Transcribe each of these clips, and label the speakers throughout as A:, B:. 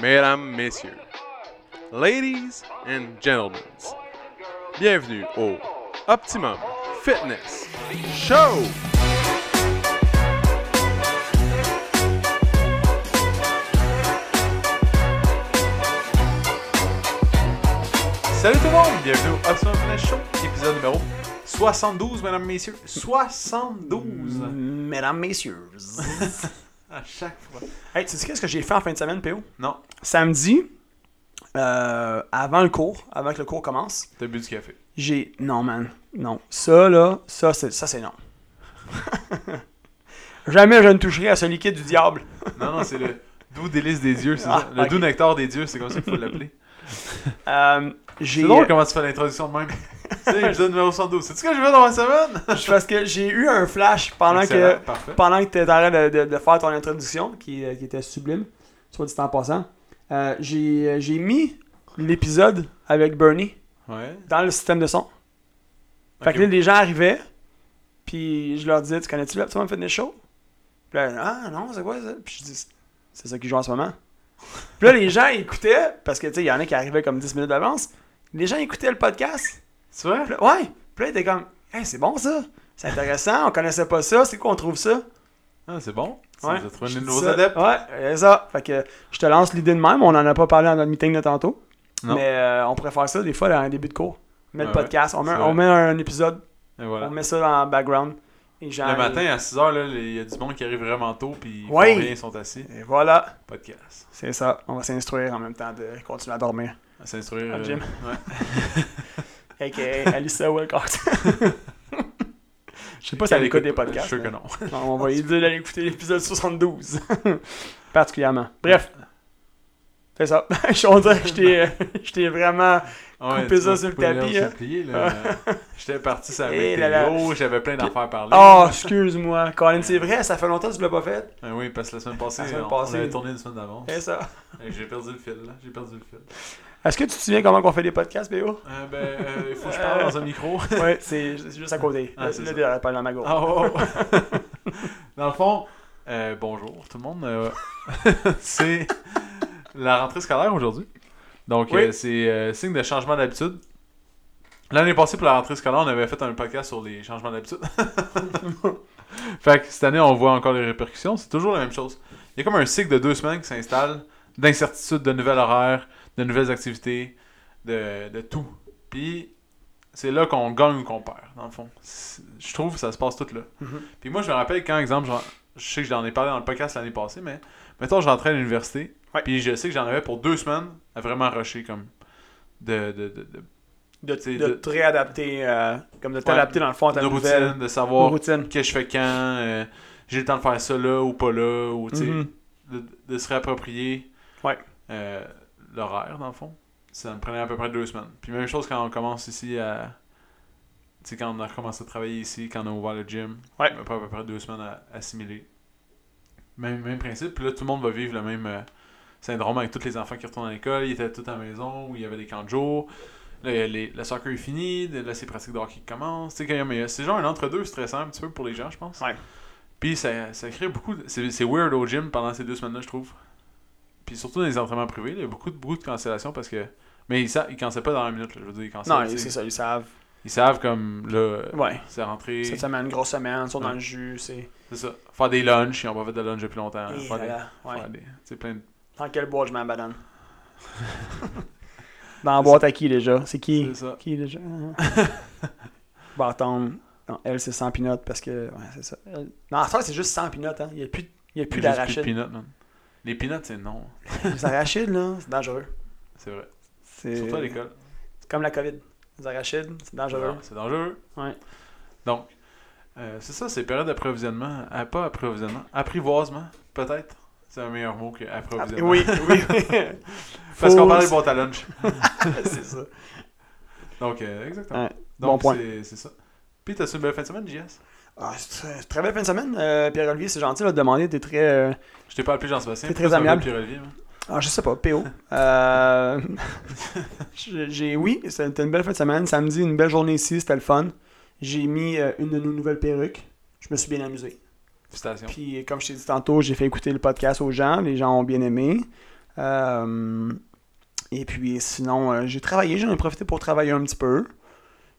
A: mesdames, messieurs, ladies and gentlemen, bienvenue au Optimum Fitness Show! Salut tout le monde, bienvenue au Optimum Fitness Show, épisode numéro 72, mesdames, messieurs. 72!
B: Mesdames, messieurs.
A: À chaque fois.
B: hey, tu sais qu'est-ce que j'ai fait en fin de semaine, PO?
A: Non,
B: Samedi, euh, avant le cours, avant que le cours commence,
A: t'as bu du café.
B: j'ai... Non, man. Non. Ça, là, ça, c'est, ça, c'est non. Jamais je ne toucherai à ce liquide du diable.
A: Non, non, c'est le doux délice des dieux, c'est
B: Ah,
A: ça. Le
B: ok.
A: doux nectar des dieux, c'est comme ça qu'il faut l'appeler.
B: Euh, j'ai...
A: C'est drôle comment tu fais l'introduction de même. tu sais, épisode numéro 112. C'est ce que je veux dans ma semaine?
B: je- euh, Parce que j'ai eu un flash pendant
A: Excellent,
B: que...
A: Parfait.
B: Pendant que tu étais en train de, de- de faire ton introduction, qui, euh, qui était sublime, soit dit en passant, euh, j'ai, euh, j'ai mis l'épisode avec Bernie
A: Ouais.
B: dans le système de son. Fait
A: Ok.
B: que là, les gens arrivaient, puis je leur disais, tu connais-tu l'Optimum Fitness Show? Puis là, ah non, c'est quoi ça? Puis je dis, c'est ça qui joue en ce moment. Puis là, les gens écoutaient, parce que tu sais, il y en a qui arrivaient comme 10 minutes d'avance. Les gens écoutaient le podcast.
A: Tu vois?
B: Puis là, ouais. Puis là, ils étaient comme, hey, c'est bon ça. C'est intéressant, on connaissait pas ça. C'est quoi, on trouve ça?
A: Ah, c'est bon. Ça
B: Ouais.
A: nous a trouvé
B: Je
A: des
B: dis
A: nouveaux
B: ça.
A: adeptes.
B: Ouais, c'est ça. Fait que je te lance l'idée de même. On en a pas parlé dans notre meeting de tantôt.
A: Non.
B: Mais euh, on pourrait faire ça des fois dans un début de cours. On met
A: Ah
B: le
A: ouais,
B: podcast, on, met,
A: c'est
B: on met un épisode
A: Et voilà.
B: on met ça dans le background. Et genre,
A: Le matin à 6h, là, il y a du monde qui arrive vraiment tôt, puis ils font
B: Ouais.
A: rien, ils sont assis.
B: Et voilà,
A: Podcast.
B: c'est ça. On va s'instruire en même temps de continuer à dormir.
A: À s'instruire.
B: Ah,
A: euh,
B: Jim.
A: ouais.
B: Avec Alissa Wilcox. Je sais pas si
A: Qu'elle
B: elle écoute des
A: pas.
B: podcasts. hein.
A: Je suis sûr que
B: mais
A: non.
B: On va lui dire d'aller écouter l'épisode 72. Particulièrement. Bref. C'est ça. Je on dirait que je t'ai- euh, je t'ai vraiment.
A: Ouais,
B: Coupez
A: tu
B: ça
A: m'as
B: sur le
A: coupé les
B: tapis,
A: lèvres sur
B: hein.
A: le plié, là. J'étais parti sur la
B: Eh là là.
A: météo, j'avais plein d'affaires à parler.
B: Oh, excuse-moi. Colin, c'est vrai, ça fait longtemps que tu l'as pas fait.
A: Ah oui, parce que la semaine passée,
B: La semaine
A: on,
B: passée. Eh,
A: on avait tourné une semaine d'avance.
B: C'est ça.
A: Et J'ai perdu le fil, là. J'ai perdu le fil.
B: Est-ce que tu te souviens comment on fait des podcasts, BO?
A: Euh, ben, euh, il faut que je parle dans un micro.
B: Ouais, c'est c'est juste à côté.
A: Ah,
B: Là,
A: c'est
B: là,
A: ça.
B: t'es à- dans ma gauche.
A: Ah, oh, oh. dans le fond, euh, bonjour tout le monde. euh, c'est la rentrée scolaire aujourd'hui. Donc,
B: Oui.
A: euh, c'est euh, signe de changement d'habitude. L'année passée, pour la rentrée scolaire, on avait fait un podcast sur les changements d'habitude. fait que cette année, on voit encore les répercussions. C'est toujours la même chose. Il y a comme un cycle de deux semaines qui s'installe d'incertitude, de nouvel horaire, de nouvelles activités, de, de tout. Puis c'est là qu'on gagne ou qu'on perd, dans le fond. C'est- Je trouve que ça se passe tout là.
B: Mhm.
A: Puis moi, je me rappelle quand, exemple, j'en- je sais que j'en ai parlé dans le podcast l'année passée, mais mettons, je rentrais à l'université,
B: Ouais.
A: puis je sais que j'en avais pour deux semaines à vraiment rusher, comme, de, de, de, de,
B: de,
A: C'est
B: de
A: de-
B: te réadapter, euh, comme de t'adapter dans le fond à ta
A: de
B: nouvelle
A: routine, de
B: une
A: savoir
B: routine.
A: qu'est-ce que je fais quand, euh, j'ai le temps de faire ça là ou pas là, ou tu sais,
B: Mhm.
A: de, de se réapproprier
B: Ouais.
A: euh, l'horaire, dans le fond. Ça me prenait à peu près deux semaines. Puis même chose quand on commence ici à. Tu sais, quand on a recommencé à travailler ici, quand on a ouvert le gym,
B: Ouais.
A: ça m'a pris à peu près deux semaines à assimiler. Même, même principe. Puis là, tout le monde va vivre le même euh, syndrome avec tous les enfants qui retournent à l'école. Ils étaient tous à la maison, où il y avait des camps de jour. Là, il y a les- le soccer est fini. Là, c'est pratiques de hockey qui commencent. Tu sais, quand il y a- mais c'est genre un entre-deux stressant un petit peu pour les gens, je pense.
B: Ouais.
A: Puis ça, ça crée beaucoup. de- C'est c'est weird au gym pendant ces deux semaines-là, je trouve. Puis surtout dans les entraînements privés, là, il y a beaucoup de, beaucoup de cancellations parce que. Mais ils, sa- ils cancellent pas dans la minute, là, je veux dire, ils cancellent.
B: Non,
A: tu sais.
B: c'est Ah, ça, ils savent.
A: Ils savent comme là,
B: Ouais.
A: c'est rentré.
B: Cette semaine, grosse semaine, ils sont dans
A: Ouais.
B: le jus, c'est.
A: C'est ça. Faire des lunchs, ils n'ont pas fait de lunch depuis longtemps.
B: Et
A: faire
B: là
A: des,
B: là, ouais.
A: faire des- tu sais, plein de-
B: Dans quelle boîte je mets la banane Dans la boîte à qui déjà C'est qui
A: C'est ça.
B: Qui déjà Bâton. Bah, Non, elle, c'est 100 pinottes parce que. Ouais, c'est ça. Elle- Non, à ce soir, c'est juste 100 pinottes, hein. Il n'y a plus, de- il y a plus
A: Il y a juste plus de
B: d'arachide.
A: peanuts, man. Les peanuts, c'est non.
B: Les arachides, là, c'est dangereux.
A: C'est vrai.
B: C'est
A: Surtout à l'école.
B: c'est comme la COVID. Les arachides, c'est dangereux.
A: Non, C'est dangereux.
B: Ah, Ouais.
A: Donc, euh, c'est ça, c'est période d'approvisionnement. Ah, pas approvisionnement. Apprivoisement, peut-être. C'est un meilleur mot que
B: Ah,
A: approvisionnement.
B: oui, oui, oui.
A: Parce
B: Faut-
A: qu'on parle de boîte à lunch.
B: c'est ça.
A: Donc, euh, exactement.
B: Ouais.
A: Donc,
B: Bon point.
A: c'est- C'est ça. Puis, t'as-tu une belle fin de semaine, JS
B: Ah, c'est très- très belle fin de semaine, euh, Pierre-Olivier, c'est gentil là, de demander, t'es très... euh,
A: Je t'ai pas appelé Jean-Sébastien.
B: C'est
A: pourquoi tu
B: très
A: m'appelles
B: amiable.
A: Pierre-Olivier, moi?
B: ah, je sais pas, PO. Euh, j'ai, j'ai- oui, c'était une belle fin de semaine, samedi, une belle journée ici, c'était le fun. J'ai mis euh, une de nos nouvelles perruques, je me suis bien amusé.
A: Félicitations.
B: Puis comme je t'ai dit tantôt, j'ai fait écouter le podcast aux gens, les gens ont bien aimé. Euh, et puis sinon, euh, j'ai travaillé, j'en ai profité pour travailler un petit peu.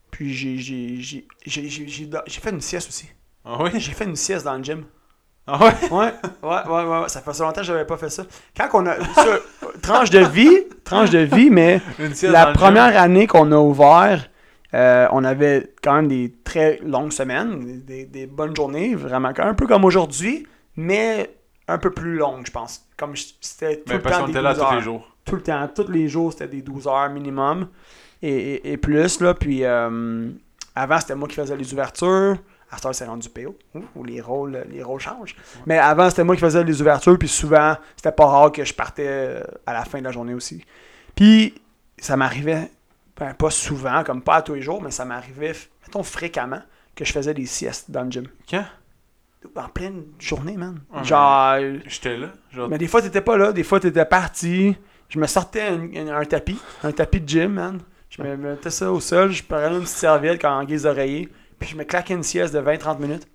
B: Puis j'ai- j'ai- j'ai j'ai- j'ai- j'ai- j'ai fait une sieste aussi.
A: Ah oui?
B: J'ai fait une sieste dans le gym.
A: Ah ouais?
B: Ouais, ouais, ouais, ouais, ouais. Ça fait longtemps que j'avais pas fait ça. Quand on a. ça, euh, tranche de vie, tranche de vie, mais
A: Une sieste dans
B: la
A: le gym.
B: première année qu'on a ouvert, euh, on avait quand même des très longues semaines, des, des bonnes journées, vraiment un peu comme aujourd'hui, mais un peu plus longues, je pense. Comme je- c'était tout
A: Mais
B: le
A: parce
B: temps
A: qu'on
B: des
A: était là
B: 12
A: tous les
B: heures.
A: jours.
B: Tout le temps, tous les jours, c'était des 12 heures minimum et, et- et plus, là. Puis euh, avant, c'était moi qui faisais les ouvertures. À cette heure, c'est rendu PO, Ouh, où les rôles, les rôles changent. Mais avant, c'était moi qui faisais les ouvertures, puis souvent, c'était pas rare que je partais euh, à la fin de la journée aussi. Puis, ça m'arrivait, ben, pas souvent, comme pas à tous les jours, mais ça m'arrivait, f- mettons, fréquemment, que je faisais des siestes dans le gym.
A: Quand?
B: En pleine journée, man.
A: Ah, mais-
B: Genre, euh,
A: J'étais là. genre-
B: mais des fois, t'étais pas là, des fois, t'étais parti. Je me sortais un, un- un tapis, un tapis de gym, man. Je me mettais ça au sol, je prenais une petite serviette en guise d'oreiller, puis je me claquais une sieste de 20-30 minutes.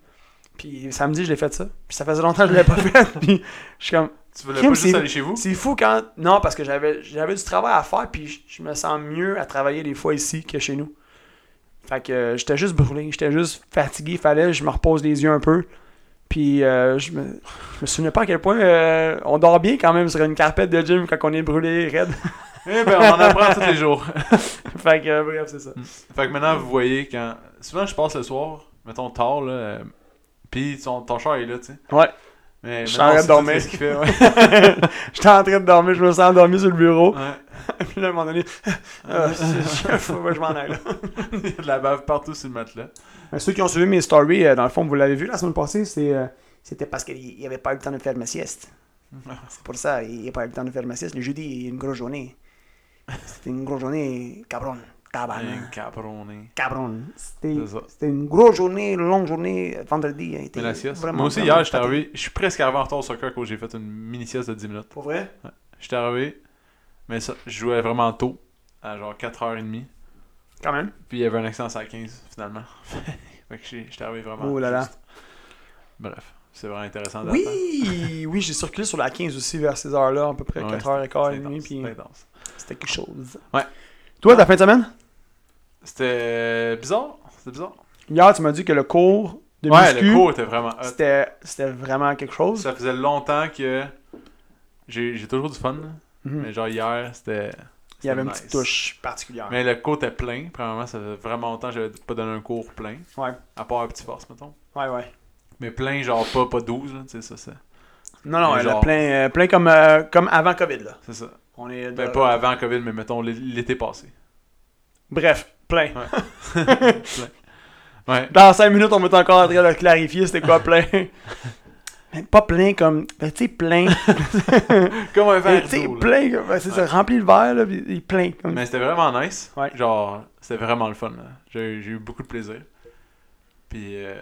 B: Puis samedi, je l'ai fait ça. Puis ça faisait longtemps que je l'avais pas fait. Puis je suis comme,
A: Tu voulais
B: Kim,
A: pas juste
B: c'est-
A: aller chez vous?
B: c'est fou quand. Non, parce que j'avais j'avais du travail à faire, puis je, je me sens mieux à travailler des fois ici que chez nous. Fait que euh, j'étais juste brûlé, j'étais juste fatigué, fallait que je me repose les yeux un peu. Puis euh, je, me, je me souvenais pas à quel point euh, on dort bien quand même sur une carpette de gym quand on est brûlé raide.
A: Eh ben, on en apprend tous les jours.
B: fait que euh, bref, c'est ça.
A: Fait que maintenant, vous voyez quand. Souvent, je passe le soir, mettons tard, là. euh, Pis ton, ton char est là, tu sais.
B: Ouais.
A: Mais
B: Je suis en
A: maintenant,
B: train
A: on
B: de
A: sait tout
B: dormir.
A: ce qu'il fait, ouais.
B: J'étais en train de dormir, je me suis endormi sur le bureau.
A: Ouais.
B: Puis là, à un moment donné, euh, c'est- faut que je m'en aille. là.
A: Il y a de la bave partout sur le matelas.
B: Euh, Ceux qui ont suivi mes stories, euh, dans le fond, vous l'avez vu la semaine passée, c'est, euh, c'était parce qu'il n'avait pas eu le temps de faire ma sieste. C'est pour ça, il n'a pas eu le temps de faire ma sieste. Le jeudi, il y a une grosse journée. C'était une grosse journée, cabron,
A: Un
B: tabarnak,
A: cabroné.
B: cabron. C'était,
A: C'est ça.
B: c'était une grosse journée, longue journée, vendredi. il a été
A: Mais la sieste.
B: vraiment,
A: Moi aussi,
B: vraiment
A: hier, j'étais
B: fatigué.
A: arrivé. Je suis presque arrivé en retard au soccer quand j'ai fait une mini sieste de 10 minutes.
B: Pour vrai?
A: J'étais arrivé, mais ça, je jouais vraiment tôt, à genre 4h30.
B: Quand même.
A: Puis il y avait un accident à 15 finalement. fait que j'ai- j'étais arrivé vraiment.
B: Oh là là.
A: juste. Bref, c'est vraiment intéressant d'apprendre.
B: Oui, oui, j'ai circulé sur la 15 aussi vers ces heures-là, à peu près
A: Ouais,
B: 4h15 et
A: C'était
B: demie,
A: intense,
B: puis
A: c'était intense.
B: c'était quelque chose.
A: Ouais.
B: Toi, ta fin de semaine?
A: C'était bizarre. C'était bizarre.
B: Hier, tu m'as dit que le cours de
A: ouais,
B: muscu,
A: le cours était vraiment hot.
B: c'était, c'était vraiment quelque chose.
A: Ah, Ça faisait longtemps que. J'ai j'ai toujours du fun, là.
B: Mhm.
A: mais genre hier, c'était.
B: Il y avait une
A: c'était
B: petite
A: nice.
B: touche particulière.
A: Mais le cours était plein. Premièrement, ça faisait vraiment longtemps que j'avais pas donné un cours plein.
B: Ouais,
A: À part un petit force, mettons.
B: ouais, ouais.
A: Mais plein, genre pas, pas 12, là, tu sais, ça, c'est-
B: Non, non,
A: Mais
B: elle
A: genre-
B: a plein, euh, plein comme, euh, comme avant COVID, là.
A: c'est ça.
B: On est de-
A: Ben, pas avant COVID, mais mettons l- l'été passé.
B: Bref, plein.
A: Ouais.
B: Dans 5 minutes, on va être encore en train de clarifier c'était quoi plein. Mais pas plein comme. Ben, tu sais, plein.
A: Comme un
B: Ben,
A: verre
B: tu sais,
A: d'eau, là.
B: plein. comme- ben, c'est ça, rempli le verre, là, puis il est plein. Comme...
A: Mais c'était vraiment nice.
B: Ouais.
A: Genre, c'était vraiment le fun, là. J'ai j'ai eu beaucoup de plaisir. Puis, euh,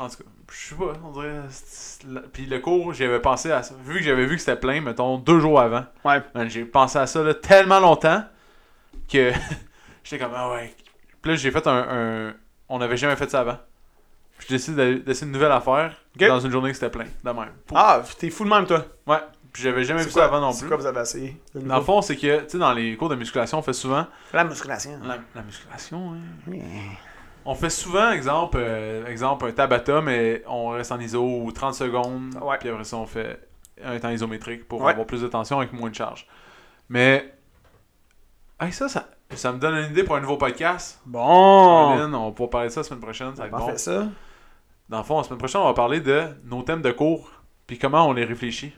A: en tout cas, je sais pas, on dirait. c'est- c'est la- Puis le cours, j'avais pensé à ça. Vu que j'avais vu que c'était plein, mettons, deux jours avant.
B: Ouais.
A: Man, j'ai pensé à ça là, tellement longtemps que j'étais comme, ah ouais. Puis là, j'ai fait un. un- On n'avait jamais fait ça avant. Puis J'ai décidé d'a- d'essayer une nouvelle affaire
B: Ok.
A: dans une journée que c'était plein, de même. Pouf.
B: Ah, t'es fou de même, toi.
A: Ouais, puis j'avais jamais
B: C'est
A: vu
B: quoi-
A: ça avant non
B: c'est
A: plus.
B: quoi vous avez essayé de
A: Dans le
B: nouveau?
A: fond, c'est que, tu sais, dans les cours de musculation, on fait souvent
B: La musculation.
A: la, la musculation, hein.
B: Oui.
A: On fait souvent, exemple, euh, exemple un Tabata, mais on reste en ISO 30 secondes.
B: Ouais.
A: Puis après ça, on fait un temps isométrique pour
B: Ouais.
A: avoir plus de tension avec moins de charge. Mais. hey, ça, ça, ça me donne une idée pour un nouveau podcast.
B: Bon.
A: Colin, on pourra parler de ça la semaine prochaine. Ça va être
B: On
A: bon.
B: fait ça.
A: Dans le fond, la semaine prochaine, on va parler de nos thèmes de cours. Puis comment on les réfléchit.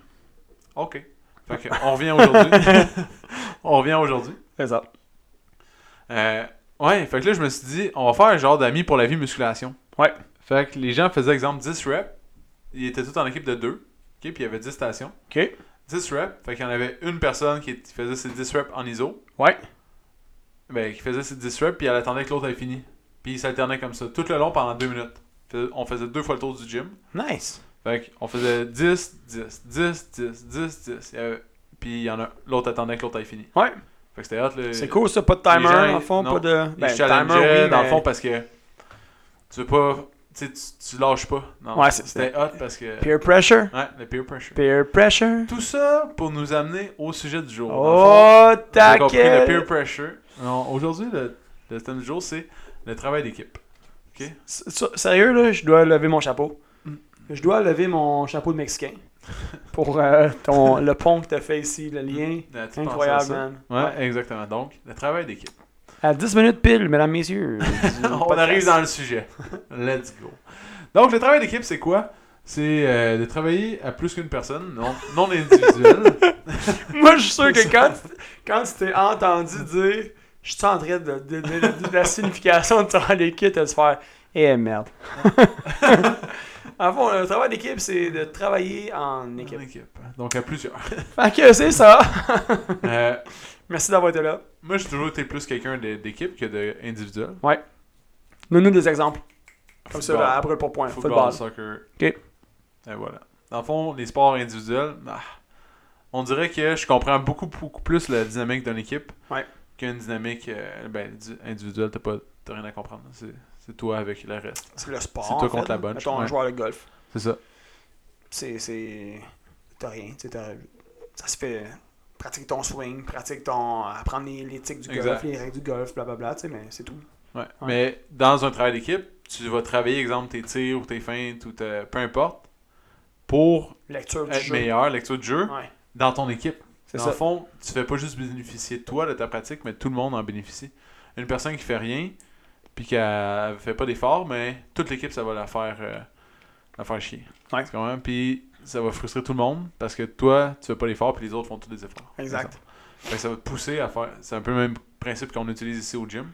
A: OK. Fait que, on revient aujourd'hui. on revient aujourd'hui.
B: Fais ça.
A: Euh, ouais, fait que là, je me suis dit, on va faire un genre d'amis pour la vie musculation.
B: Ouais.
A: Fait que les gens faisaient, exemple, 10 reps. Ils étaient tous en équipe de 2. OK, puis il y avait 10 stations.
B: Ok.
A: 10 reps. Fait qu'il y en avait une personne qui faisait ses 10 reps en ISO.
B: Ouais.
A: Ben, qui faisait ses 10 reps, puis elle attendait que l'autre ait fini. Puis ils s'alternaient comme ça, tout le long pendant 2 minutes. Fais- On faisait deux fois le tour du gym.
B: Nice.
A: Fait qu'on faisait 10, 10, 10, 10, 10, 10. Il y avait- Puis il y en a, l'autre attendait que l'autre ait fini.
B: Ouais.
A: Fait que c'était hot. là.
B: C'est cool ça, pas de ben, timer,
A: les gens,
B: en fond,
A: non.
B: pas de.
A: Et je challengeais, dans le fond, parce que tu veux pas tu, sais, tu, tu lâches pas. Non,
B: Ouais, c'est-
A: c'était hot parce que.
B: Peer pressure.
A: Ouais, le peer pressure.
B: Peer pressure.
A: Tout ça pour nous amener au sujet du jour. Dans
B: Oh,
A: le fond, vous avez compris le peer
B: taquet.
A: pressure. Non, Aujourd'hui, le, le thème du jour, c'est le travail d'équipe.
B: S- s- Sérieux, là, je dois lever mon chapeau.
A: Mm.
B: Je dois lever mon chapeau de Mexicain pour euh, ton, le pont que t'as fait ici, le lien.
A: Euh, tu penses à
B: Incroyable,
A: ça?
B: man.
A: Ouais, exactement. Donc, le travail d'équipe.
B: À 10 minutes pile, mesdames, messieurs. du
A: On
B: Oh, podcast.
A: arrive dans le sujet. Let's go. Donc, le travail d'équipe, c'est quoi? C'est euh, de travailler à plus qu'une personne, non, non individuelle.
B: Moi, je suis sûr que quand, quand tu t'es entendu dire je suis en train de donner la, de la signification de travail d'équipe, tu vas faire eh merde. en fond, le travail d'équipe, c'est de travailler en
A: En
B: équipe.
A: équipe. Donc, à plusieurs.
B: Fait que c'est ça.
A: Euh,
B: Merci d'avoir été là.
A: moi, j'ai toujours été plus quelqu'un de- d'équipe que d'individuel.
B: Donne-nous des exemples. Comme ça,
A: Football.
B: là, après le pour point.
A: Football,
B: Football.
A: soccer.
B: Ok.
A: Et voilà. Dans le fond, les sports individuels, bah, on dirait que je comprends beaucoup, beaucoup plus la dynamique d'une équipe
B: Ouais.
A: qu'une dynamique euh, ben, di- individuelle. T'as pas- t'as rien à comprendre. C'est c'est toi avec le reste.
B: C'est le sport.
A: C'est toi contre la bonne,
B: Mettons,
A: ouais.
B: un joueur de golf.
A: C'est ça.
B: C'est. c'est- T'as rien. tu sais, t'as- Ça se fait. Pratique ton swing, pratique ton. Apprendre les- l'éthique du golf,
A: Exact.
B: les règles du golf, blablabla, tu sais, mais c'est tout.
A: Ouais. Mais dans un travail d'équipe, tu vas travailler, exemple, tes tirs ou tes feintes ou ta- peu importe, pour
B: Lecture du
A: être
B: jeu.
A: meilleur, lecture de jeu,
B: Ouais.
A: dans ton équipe.
B: C'est
A: dans
B: ça.
A: le fond, tu fais pas juste bénéficier de toi de ta pratique, mais tout le monde en bénéficie. Une personne qui fait rien, puis qui a- fait pas d'efforts, mais toute l'équipe, ça va la faire, euh, la faire chier.
B: Ouais.
A: Tu comprends? Puis ça va frustrer tout le monde parce que toi, tu fais pas l'effort, puis les autres font tous les efforts.
B: Exact.
A: Fait que ça va te pousser à faire. C'est un peu le même principe qu'on utilise ici au gym.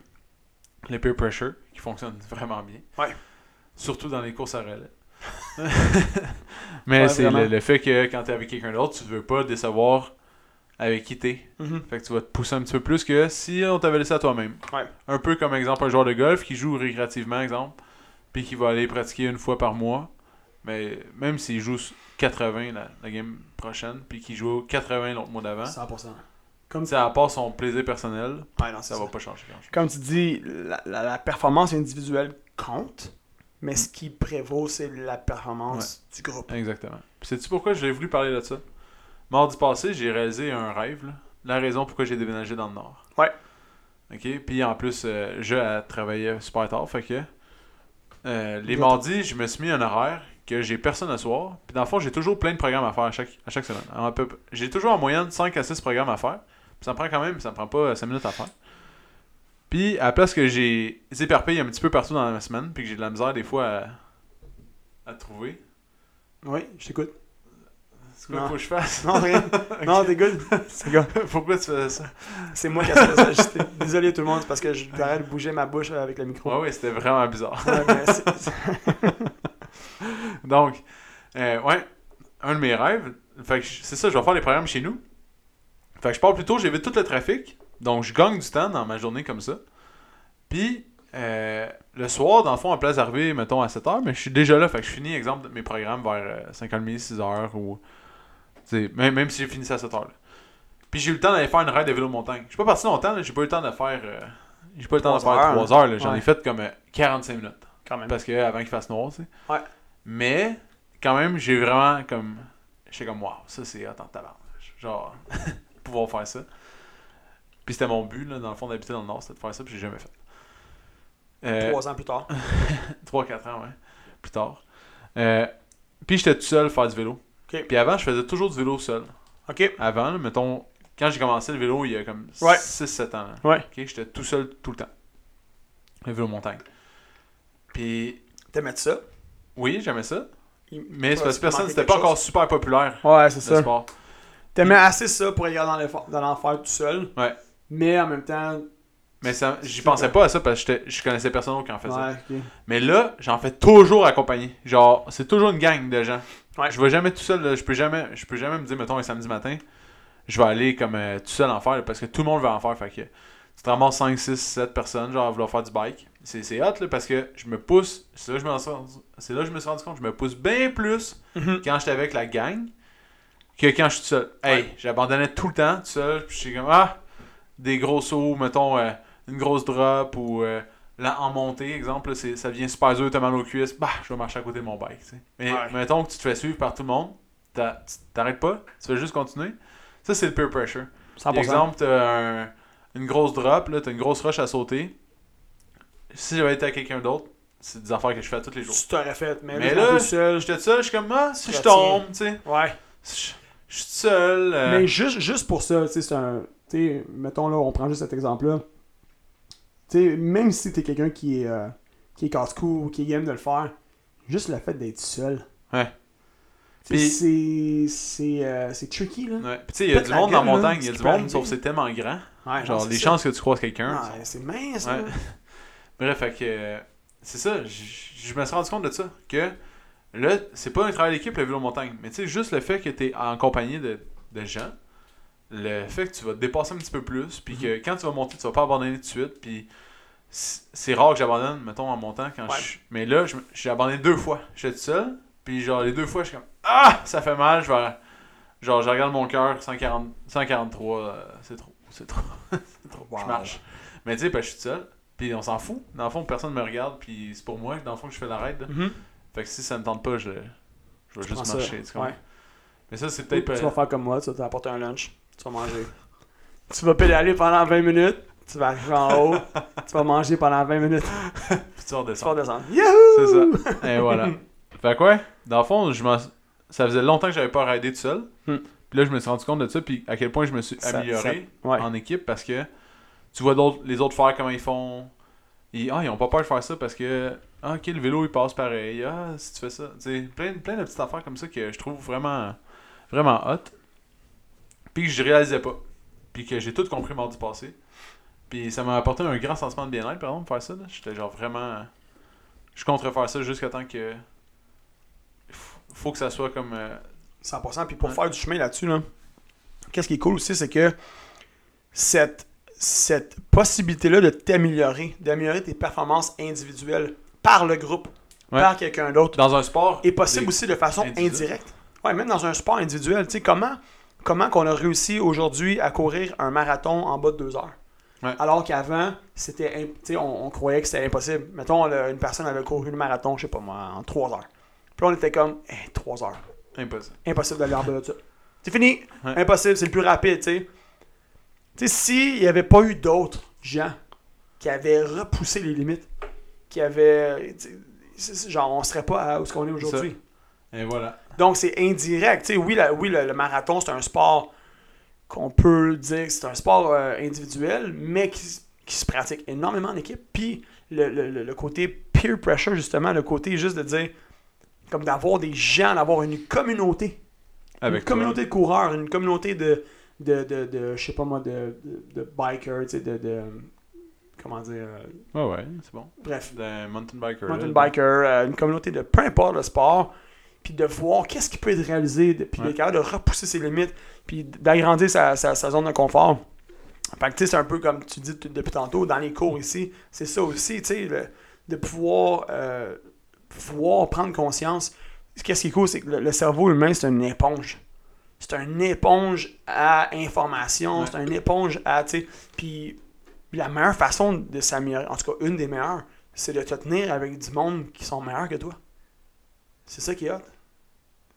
A: Le peer pressure, qui fonctionne vraiment bien.
B: Ouais.
A: Surtout dans les courses à relais. Mais
B: Ouais,
A: c'est le,
B: vraiment.
A: le fait que quand t'es avec quelqu'un d'autre, tu veux pas décevoir avec qui t'es.
B: Mhm.
A: Fait que tu vas te pousser un petit peu plus que si on t'avait laissé à toi-même.
B: Ouais.
A: Un peu comme exemple un joueur de golf qui joue récréativement, exemple, puis qui va aller pratiquer une fois par mois. Mais même s'il joue 80 la, la game prochaine, puis qu'il joue 80 l'autre mois d'avant,
B: 100%.
A: tu sais, à part son plaisir personnel,
B: Ouais, non, c'est
A: ça
B: ça.
A: va pas changer grand-chose.
B: Comme tu dis, la, la- la performance individuelle compte, mais
A: Mm.
B: ce qui prévaut, c'est la performance du groupe.
A: Exactement. Puis sais-tu pourquoi j'ai voulu parler de ça? Mardi passé, j'ai réalisé un rêve, là. La raison pourquoi j'ai déménagé dans le Nord.
B: Ouais.
A: OK? Puis en plus, euh, je euh, travaillais super tard, fait que... euh, les
B: Bien
A: mardis, je me suis mis un horaire que j'ai personne à soir. Puis dans le fond, j'ai toujours plein de programmes à faire à chaque, à chaque semaine. En peu- J'ai toujours en moyenne 5 à 6 programmes à faire. Puis ça me prend quand même, ça me prend pas 5 minutes à faire. Puis à la place que j'ai éparpillé un petit peu partout dans la semaine, puis que j'ai de la misère des fois à, à trouver.
B: Oui, je t'écoute.
A: C'est quoi
B: Non.
A: qu'il faut que je fasse?
B: Non, rien. Non, t'es good. C'est good.
A: Pourquoi tu faisais ça?
B: C'est moi qui ai fait ça. J'étais- Désolé tout le monde, c'est parce que je j'arrête de bouger ma bouche avec le micro.
A: Ouais, ouais, c'était vraiment bizarre.
B: Ouais, mais c'est- c'est-
A: Donc, euh, ouais, un de mes rêves, fait que je- c'est ça, je vais faire les programmes chez nous. Fait que je pars plus tôt, j'évite tout le trafic. Donc, je gagne du temps dans ma journée comme ça. Puis, euh, le soir, dans le fond, à place d'arriver, mettons, à 7h, mais je suis déjà là. Fait que je finis, exemple, mes programmes vers euh, 5h30, 6h ou. tu sais, Même, même si j'ai fini ça à 7h. là. Puis, j'ai eu le temps d'aller faire une ride de vélo montagne. Je suis pas parti longtemps, là, j'ai pas eu le temps de faire. euh, j'ai pas eu le temps de
B: Trois
A: faire
B: heures. hein.
A: 3 heures. là. J'en
B: Ouais.
A: ai fait comme euh, 45 minutes.
B: Quand même.
A: Parce que euh, avant qu'il fasse noir, tu sais.
B: Ouais.
A: Mais, quand même, j'ai vraiment comme. J'étais comme, waouh, ça c'est attends, tabarnak. Genre, pouvoir faire ça. Puis c'était mon but, là, dans le fond, d'habiter dans le Nord, c'était de faire ça, puis j'ai jamais fait. Euh,
B: Trois ans plus tard.
A: 3-4 ans, ouais, plus tard. Euh, puis j'étais tout seul faire du vélo.
B: Ok.
A: Puis avant, je faisais toujours du vélo seul.
B: OK.
A: Avant, là, mettons, quand j'ai commencé le vélo, il y a comme
B: Ouais.
A: 6-7 ans. là.
B: Ouais.
A: Ok, J'étais tout seul tout le temps. Le vélo montagne. Puis,
B: T'aimais ça?
A: oui, j'aimais ça.
B: Il-
A: Mais c'est parce que
B: Ouais,
A: personne,
B: manquait
A: c'était
B: quelque
A: pas
B: chose.
A: encore super populaire
B: Ouais, c'est
A: le
B: ça.
A: sport.
B: T'aimais assez ça pour aller dans l'effort- dans l'enfer tout seul.
A: Ouais.
B: Mais en même temps.
A: Mais ça, j'y
B: C'est
A: pensais
B: vrai.
A: pas à ça parce que j'étais- je connaissais personne d'autre qui en faisait.
B: Ouais, ok.
A: Mais là, j'en fais toujours accompagné. Genre, c'est toujours une gang de gens.
B: Ouais.
A: Je vais jamais tout seul. là. Je peux jamais, je peux jamais me dire, mettons, un samedi matin, je vais aller comme euh, tout seul en faire là, parce que tout le monde veut en faire. Fait que tu te ramasses 5, 6, 7 personnes, genre, à vouloir faire du bike. C'est c'est hot là, parce que je me pousse. C'est là que je me suis rendu, c'est là que je me suis rendu compte. Je me pousse bien plus
B: Mhm.
A: quand j'étais avec la gang que quand je suis tout seul. Hey, j'abandonnais tout le temps tout seul. Puis j'étais comme, ah, des gros sauts, mettons, euh, une grosse drop ou euh, là, en montée, exemple, là, c'est- ça devient super dur, t'as mal aux cuisses, bah, je vais marcher à côté de mon bike. tu sais. Mais
B: Ouais.
A: mettons que tu te fais suivre par tout le monde, t'as- tu- t'arrêtes pas, tu fais juste continuer. Ça, c'est le peer pressure.
B: 100%.
A: Par exemple, t'as un- une grosse drop, là, t'as une grosse rush à sauter. Si j'avais été à quelqu'un d'autre, c'est des affaires que je fais à tous les jours.
B: tu t'aurais fait, mais,
A: Mais
B: là,
A: là,
B: t'es seul.
A: J'étais seul, je suis comme, ah, si je
B: Retiens.
A: tombe, tu sais.
B: Ouais.
A: Si Je je suis seul. euh,
B: Mais juste, juste pour ça, tu sais, c'est un. Tu sais, mettons là, on prend juste cet exemple-là. Tu sais, même si t'es quelqu'un qui est, euh, qui est casse-cou ou qui aime de le faire, juste le fait d'être seul.
A: Ouais.
B: Tu sais, C'est. C'est euh, c'est tricky, là.
A: Ouais. Puis, tu sais, il y a
B: Pète
A: du
B: la
A: monde dans la
B: gueule, là,
A: montagne, il y
B: ce
A: a du
B: qui peut
A: monde,
B: arriver.
A: sauf que c'est tellement grand.
B: Ouais, non,
A: Genre,
B: c'est
A: les
B: ça.
A: chances que tu croises quelqu'un.
B: Ouais, c'est mince,
A: Ouais.
B: là.
A: Bref, fait que. euh, C'est ça, j- je me suis rendu compte de ça. Que là, c'est pas un travail d'équipe le vélo montagne. Mais tu sais, juste le fait que t'es en compagnie de, de gens, le fait que tu vas te dépasser un petit peu plus, puis que quand tu vas monter, tu vas pas abandonner tout de suite. Puis c- c'est rare que j'abandonne, mettons, en montant. quand
B: Ouais.
A: je- Mais là, je me- j'ai abandonné deux fois. J'étais tout seul, puis genre, les deux fois, je suis comme Ah, ça fait mal, je vais. Genre, je regarde mon cœur, 140 143, euh, c'est trop, c'est trop, c'est trop,
B: Wow.
A: je marche. Mais tu sais, parce que je suis tout seul, puis on s'en fout. Dans le fond, personne me regarde, puis c'est pour moi, dans le fond, que je fais la raid. là.
B: Mhm.
A: Fait que si ça me tente pas, je, je vais
B: Prends
A: juste
B: ça.
A: marcher. Tu comprends?
B: Ouais.
A: Mais ça, c'est
B: Tu
A: peut-être euh, pas.
B: vas faire comme moi, tu vas t'apporter un lunch, tu vas manger. tu vas pédaler pendant 20 minutes, tu vas arriver en haut, tu vas manger pendant 20 minutes,
A: Puis tu vas
B: tu vas
A: redescendre.
B: redescendre. Yahoo!
A: C'est ça. Et voilà. Fait que ouais, dans le fond, je m'en- ça faisait longtemps que j'avais pas raidé tout seul.
B: Hmm.
A: Puis là, je me suis rendu compte de ça, puis à quel point je me suis
B: Ça-
A: amélioré
B: ça- ouais.
A: en équipe parce que tu vois d'autres- les autres faire comment ils font. Ils, ah, ils ont pas peur de faire ça parce que. Ah, ok, le vélo il passe pareil. Ah, si tu fais ça. Tu sais, plein, plein de petites affaires comme ça que je trouve vraiment, vraiment hot. Puis que je réalisais pas. Puis que j'ai tout compris mardi passé. Puis ça m'a apporté un grand sentiment de bien-être, par exemple, faire ça. là. J'étais genre vraiment. Je compte refaire ça jusqu'à temps que. F- Faut que ça soit comme. euh,
B: 100%. Puis pour
A: Ouais.
B: faire du chemin là-dessus, là, qu'est-ce qui est cool aussi, c'est que cette, cette possibilité-là de t'améliorer, d'améliorer tes performances individuelles par le groupe,
A: Ouais.
B: par quelqu'un d'autre,
A: Dans un sport.
B: est possible
A: des-
B: aussi de façon
A: individuel.
B: indirecte. Ouais, même dans un sport individuel, tu sais, comment, comment qu'on a réussi aujourd'hui à courir un marathon en bas de deux heures?
A: Ouais.
B: Alors qu'avant, c'était im- tu sais, on, on croyait que c'était impossible. Mettons, le- une personne avait couru le marathon, je sais pas moi, en trois heures. Puis là, on était comme, Eh, trois heures
A: Impossible.
B: impossible d'aller en bas de ça. C'est fini.
A: Ouais.
B: Impossible, c'est le plus rapide, tu sais. Tu sais, s'il n'y avait pas eu d'autres gens qui avaient repoussé les limites, qui avaient. tu sais, c'est- c'est- Genre, on serait pas à où ce qu'on est aujourd'hui.
A: Et voilà.
B: Donc, c'est indirect. Tu sais, oui, la- oui le, le marathon, c'est un sport qu'on peut dire que c'est un sport euh, individuel, mais qui, s- qui se pratique énormément en équipe. Puis, le, le- le- le côté peer pressure, justement, le côté juste de dire, comme d'avoir des gens, d'avoir une communauté
A: Avec
B: une
A: toi.
B: communauté de coureurs, une communauté de, de, de, de- je sais pas moi, de, de, de bikers, tu sais, de, de- comment dire, euh,
A: Ouais, ouais, c'est bon.
B: bref,
A: D'un mountain biker.
B: mountain
A: là.
B: biker, euh, une communauté de peu importe le sport, puis de voir qu'est-ce qui peut être réalisé, de- puis
A: Ouais.
B: d'être capable de repousser ses limites, puis d'agrandir sa, sa, sa zone de confort. Fait que, tu sais, c'est un peu comme tu dis t- depuis tantôt, dans les cours ici, c'est ça aussi, tu sais, le- de pouvoir, euh, pouvoir prendre conscience. Qu'est-ce qui est cool, c'est que le, le cerveau humain, c'est une éponge. C'est une éponge à information,
A: Ouais.
B: c'est une éponge à, tu sais, puis la meilleure façon de s'améliorer, en tout cas, une des meilleures, c'est de te tenir avec du monde qui sont meilleurs que toi. C'est ça qui est hot.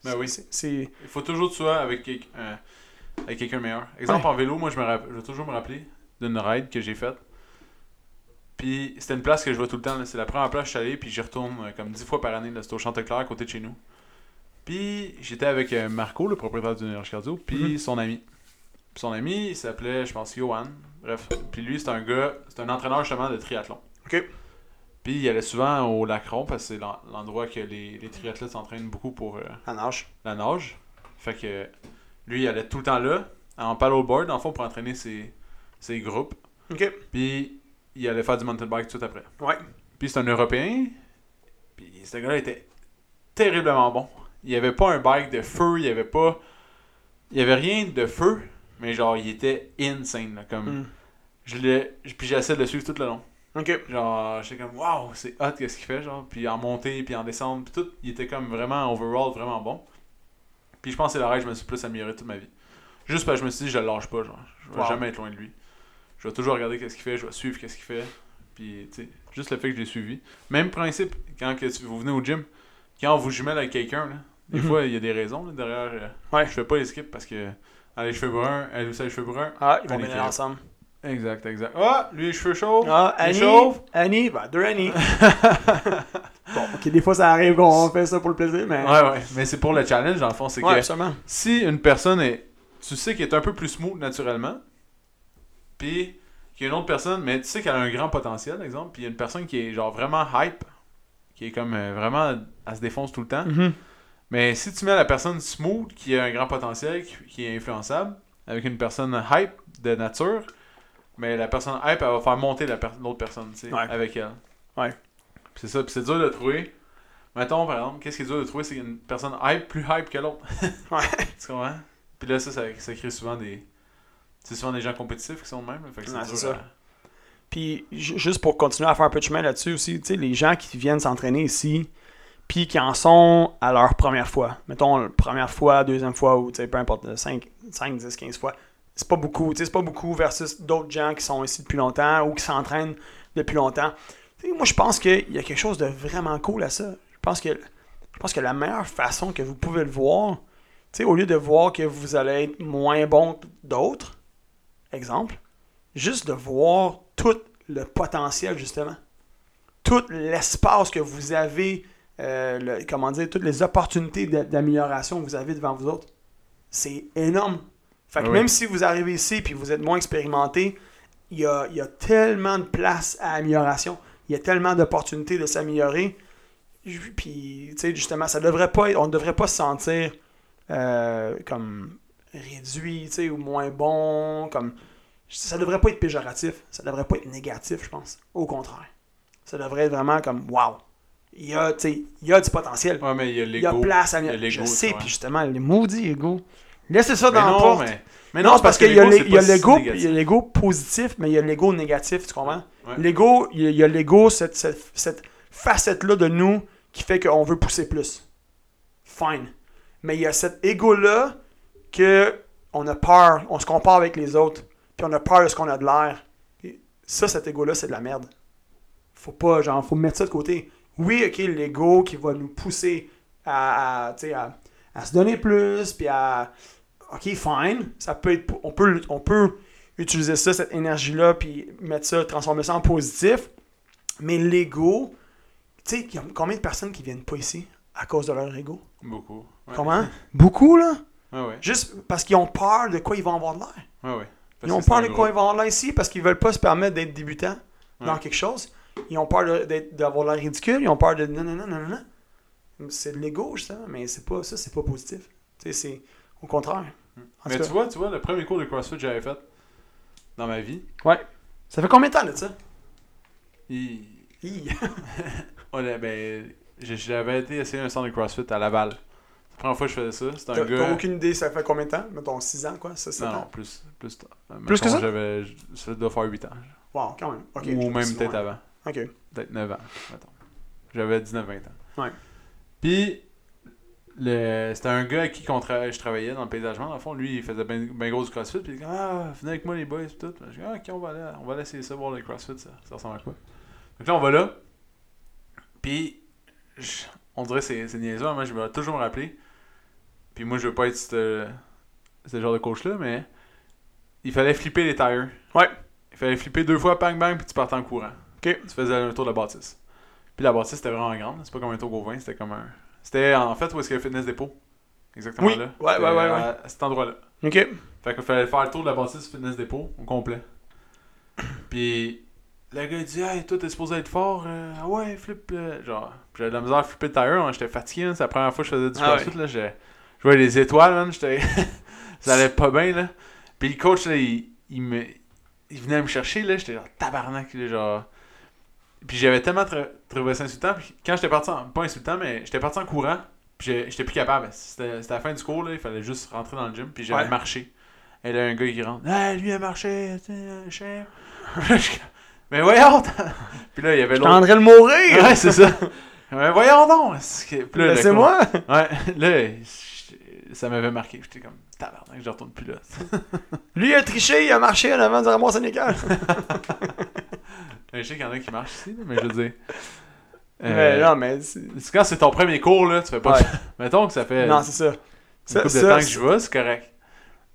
A: Ben
B: C'est-
A: oui.
B: c'est- C'est...
A: Il faut toujours que tu sois avec, quelqu'un- euh, avec quelqu'un meilleur. Exemple, en vélo, moi, je, me rapp- je vais toujours me rappeler d'une ride que j'ai faite. Puis c'était une place que je vois tout le temps. là. C'est la première place que je suis allé, puis j'y retourne euh, comme dix fois par année. là. C'était au Chanteclair, à côté de chez nous. Puis j'étais avec euh, Marco, le propriétaire du Nuage Cardio, puis son ami. Puis son ami, il s'appelait, je pense, Johan. Bref. Puis lui, c'est un gars, c'est un entraîneur justement de triathlon.
B: OK.
A: Puis il allait souvent au Lacron parce que c'est l'en- l'endroit que les, les triathlètes s'entraînent beaucoup pour. euh,
B: La nage.
A: la nage. Fait que lui, il allait tout le temps là, en paddleboard, en fond, pour entraîner ses, ses groupes.
B: OK.
A: Puis il allait faire du mountain bike tout de suite après.
B: Ouais.
A: Puis c'est un Européen. Puis ce gars-là était terriblement bon. Il n'y avait pas un bike de feu, il n'y avait pas. Il n'y avait rien de feu, mais genre, il était insane. là, comme,
B: Hmm.
A: je l'ai- Puis j'essaie de le suivre tout le long.
B: OK.
A: Genre, j'étais comme, waouh, c'est hot, qu'est-ce qu'il fait, genre. Puis en montée, puis en descente, puis tout, il était comme vraiment overall, vraiment bon. Puis je pense que c'est la règle, je me suis plus amélioré toute ma vie. Juste parce que je me suis dit, je le lâche pas, genre. Je vais
B: Wow.
A: jamais être loin de lui. Je vais toujours regarder qu'est-ce qu'il fait, je vais suivre qu'est-ce qu'il fait. Puis, tu sais, juste le fait que je l'ai suivi. Même principe, quand que tu- vous venez au gym, quand vous jumelle avec quelqu'un, là, des
B: Mhm.
A: fois, il y a des raisons là, derrière. euh,
B: Ouais.
A: Je fais pas les skips parce que. Elle a les cheveux bruns, elle aussi a les cheveux bruns.
B: Ah, ils vont
A: Allez,
B: venir
A: Philippe.
B: ensemble.
A: Exact, exact. Ah, lui, les cheveux chauds.
B: Ah,
A: les
B: Annie.
A: chauves.
B: Annie, bah, deux Annie. bon, ok, des fois ça arrive qu'on fait ça pour le plaisir, mais.
A: Ouais, ouais. Mais c'est pour le challenge, dans le fond. C'est
B: Ouais,
A: que
B: absolument.
A: si une personne est. Tu sais qu'elle est un peu plus smooth naturellement, puis qu'il y a une autre personne, mais tu sais qu'elle a un grand potentiel, exemple, puis il y a une personne qui est genre vraiment hype, qui est comme euh, vraiment. Elle se défonce tout le temps.
B: Mm-hmm.
A: Mais si tu mets la personne smooth, qui a un grand potentiel, qui, qui est influençable, avec une personne hype de nature, mais la personne hype, elle va faire monter la per- l'autre personne, tu sais,
B: Ouais.
A: avec elle.
B: Ouais.
A: Puis c'est ça, puis c'est dur de trouver. Mettons, par exemple, qu'est-ce qui est dur de trouver, c'est une personne hype plus hype que l'autre.
B: Ouais.
A: Tu comprends? Puis là, ça, ça, ça crée souvent des... C'est souvent des gens compétitifs qui sont de même, là, fait que c'est
B: Ouais,
A: dur
B: c'est ça.
A: à-
B: Puis ju- juste pour continuer à faire un peu de chemin là-dessus aussi, tu sais, les gens qui viennent s'entraîner ici, puis qui en sont à leur première fois, mettons première fois, deuxième fois ou tu sais peu importe 5 5 10 15 fois, c'est pas beaucoup, tu sais c'est pas beaucoup versus d'autres gens qui sont ici depuis longtemps ou qui s'entraînent depuis longtemps. Tu sais, moi je pense qu'il y a quelque chose de vraiment cool à ça. Je pense que je pense que la meilleure façon que vous pouvez le voir, tu sais au lieu de voir que vous allez être moins bon que d'autres, exemple juste de voir tout le potentiel, justement. Tout l'espace que vous avez, euh, le- comment dire, toutes les opportunités d'a- d'amélioration que vous avez devant vous autres. C'est énorme. Fait que
A: Ah oui.
B: même si vous arrivez ici et vous êtes moins expérimenté, il y a, il y a tellement de place à amélioration. Il y a tellement d'opportunités de s'améliorer. Ju- Puis, tu sais, justement, ça devrait pas être- on ne devrait pas se sentir euh, comme réduit, tu sais, ou moins bon, comme ça devrait pas être péjoratif, ça devrait pas être négatif, je pense. Au contraire. Ça devrait être vraiment comme wow. Il y a, tu sais, il y a du potentiel.
A: Ouais, mais il y a
B: il y a
A: l'ego.
B: place à
A: Il y a l'ego,
B: Je sais,
A: ouais.
B: puis justement, les maudits égaux. Laissez ça
A: Mais
B: dans la
A: non,
B: porte.
A: mais...
B: Mais
A: mais
B: non, c'est parce qu'il y a
A: l'ego,
B: l'é-
A: c'est
B: il y a
A: pas si
B: l'ego il y
A: négatif.
B: a l'ego positif, mais il y a l'ego négatif, tu comprends?
A: Ouais.
B: L'ego, il y a- il y a l'ego, cette, cette- cette facette-là de nous qui fait qu'on veut pousser plus. Fine. Mais il y a cet ego-là que on a peur, on se compare avec les autres, puis on a peur de ce qu'on a de l'air. Et Ça, cet ego-là, c'est de la merde. Faut pas, genre, faut mettre ça de côté. Oui, ok, l'ego qui va nous pousser à, à, tu sais, à- à se donner plus, puis à, OK, fine. Ça peut être, on, peut, on peut utiliser ça, cette énergie-là, puis mettre ça, transformer ça en positif. Mais l'ego, tu sais, il y a combien de personnes qui viennent pas ici à cause de leur ego?
A: Beaucoup. Ouais.
B: Comment? Beaucoup, là.
A: Ouais, ouais.
B: Juste parce qu'ils ont peur de quoi ils vont avoir de l'air.
A: Ouais, ouais. Parce
B: Ils ont
A: que c'est
B: peur
A: un
B: de
A: gros-
B: quoi ils vont avoir de l'air ici parce qu'ils veulent pas se permettre d'être débutants dans
A: Ouais.
B: quelque chose. Ils ont peur de- d'être- d'avoir l'air ridicule. Ils ont peur de. Non, non, non, non, non, non. C'est de l'ego, justement, mais c'est pas, ça, c'est pas positif. Tu sais, c'est au contraire. En
A: Mais
B: tout
A: tu vois, tu vois, le premier cours de CrossFit que j'avais fait dans ma vie,
B: Ouais. Ça fait combien de temps de ça?
A: il...
B: Hi.
A: on a- ben, je- j'avais été essayer un centre de CrossFit à Laval. C'est la première fois que je faisais ça. C'était
B: T'as
A: un
B: t'as
A: gars.
B: aucune idée, ça fait combien de temps? Mettons 6 ans, quoi? 6
A: Non, non,
B: ans?
A: plus. Plus, tard.
B: Plus que
A: Mettons,
B: ça?
A: j'avais- je- Ça doit faire 8 ans.
B: Wow, quand même. Ok,
A: Ou
B: je-
A: même
B: c'est
A: peut-être
B: loin.
A: avant.
B: Ok.
A: Peut-être 9 ans, mettons. J'avais 19-20 ans.
B: Ouais.
A: Puis, le... c'était un gars avec qui qu'on tra- je travaillais dans le paysagement. Dans le fond, lui, il faisait bien gros du CrossFit. Puis il dit Ah, venez avec moi, les boys. Puis tout. Je dis Ah, ok, on va, aller, on va aller essayer ça, voir le CrossFit. Ça, ça ressemble à quoi Donc là, on va là. Puis, je- on dirait que c'est c'est niaiseux. hein, Moi, je vais toujours me rappeler. Puis moi, je veux pas être ce ce genre de coach-là, mais il fallait flipper les tires.
B: Ouais.
A: Il fallait flipper deux fois, bang, bang, puis tu partais en courant.
B: Ok.
A: Tu faisais un tour de la bâtisse. Puis la bâtisse, c'était vraiment grande. C'est pas comme un tour Gauvin, c'était comme un. C'était en fait où est-ce qu'il y a le fitness dépôt. Exactement
B: Oui.
A: là.
B: Ouais,
A: C'était
B: ouais, ouais,
A: à- À cet endroit-là.
B: Ok.
A: Fait qu'il fallait faire le tour de la bâtisse fitness dépôt au complet. Puis le gars il dit Hey, toi t'es supposé être fort. euh, ah ouais, flip. euh, Genre, Puis j'avais de la misère à flipper le tire. hein, J'étais fatigué. hein, C'est la première fois que je faisais du
B: Ah
A: crossfit. là, j'ai- Je voyais les étoiles, man. J'étais. Ça allait pas bien, là. Puis le coach, là, il, il me... il venait me chercher, là. J'étais genre tabarnak, là, genre. Puis j'avais tellement tr- trouvé ça insultant. Puis quand j'étais parti, en... pas insultant, mais j'étais parti en courant. Puis j'ai- j'étais plus capable. C'était c'était la fin du cours, là. Il fallait juste rentrer dans le gym. Puis j'avais
B: Ouais.
A: marché. Et là, un gars qui rentre. Ah, lui, il a marché. tu sais, euh, cher. Puis là, je- mais voyons! t'as- Puis là, il y avait
B: Je
A: l'autre.
B: le mourir!
A: Ouais, c'est ça. Mais voyons donc! c'est que- Puis là, le coach-
B: Ben, Laissez-moi!
A: Ouais, là, je- ça m'avait marqué. J'étais comme, tabarnak, je retourne plus là. Euh,
B: Lui, il a triché, il a marché en avant durant mon Sénégal.
A: Je sais qu'il y en a qui marchent ici, là, mais je veux dire. euh,
B: Mais non, mais. c'est-
A: c'est quand c'est ton premier cours, là, tu fais pas.
B: Ouais.
A: Mettons que ça fait
B: Non, c'est ça.
A: euh, une
B: Ça-
A: couple de
B: ça,
A: temps que je vais, c'est correct.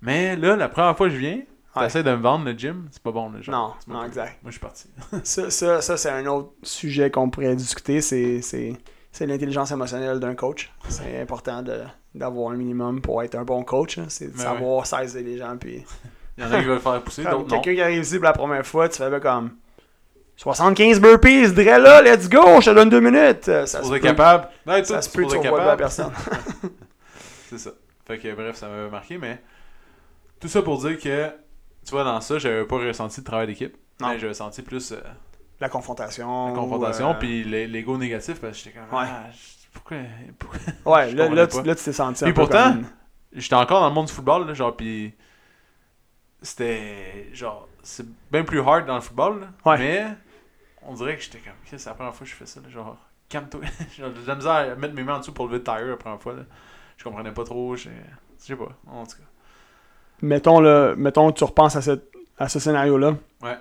A: Mais là, la première fois que je viens,
B: Ouais.
A: t'essaies de me vendre le gym, c'est pas bon, le genre.
B: Non,
A: C'est pas
B: non,
A: cool.
B: exact.
A: Moi, je suis parti.
B: Ça, ça, ça, c'est un autre sujet qu'on pourrait discuter. C'est, c'est, c'est l'intelligence émotionnelle d'un coach. C'est important de, d'avoir un minimum pour être un bon coach. hein. C'est de
A: Mais
B: savoir saisir les gens. Puis,
A: Il y en a qui veulent faire pousser,
B: comme
A: d'autres non.
B: Ah, quelqu'un qui arrive ici pour la première fois, tu fais ben, comme 75 burpees, Dre là, let's go, je te donne deux minutes. Euh, Ça se
A: Supposé
B: peut,
A: capable. Non, et tout,
B: ça se peut que tu
A: supposé
B: revois pas la
A: capable.
B: personne.
A: C'est ça. Fait que bref, ça m'avait marqué, mais tout ça pour dire que, tu vois, dans ça, j'avais pas ressenti de travail d'équipe.
B: Non.
A: Mais j'avais senti plus euh,
B: La confrontation.
A: la confrontation,
B: euh,
A: puis l'é- l'ego négatif, parce que j'étais comme,
B: Ouais.
A: ah, je- pourquoi, pourquoi-
B: Ouais,
A: je
B: là,
A: comprenais
B: là, tu,
A: pas.
B: là, tu t'es senti
A: Puis
B: un peu
A: pourtant,
B: comme-
A: J'étais encore dans le monde du football, là, genre, puis c'était, genre, c'est bien plus hard dans le football, là,
B: Ouais.
A: mais on dirait que j'étais comme, Chris, c'est la première fois que je fais ça, là, genre, calme-toi. Genre, j'ai de la misère à mettre mes mains en dessous pour lever le tire la première fois, là. Je comprenais pas trop, j'ai- je sais pas, en tout cas.
B: mettons le mettons que tu repenses à ce, à ce scénario là
A: Ouais.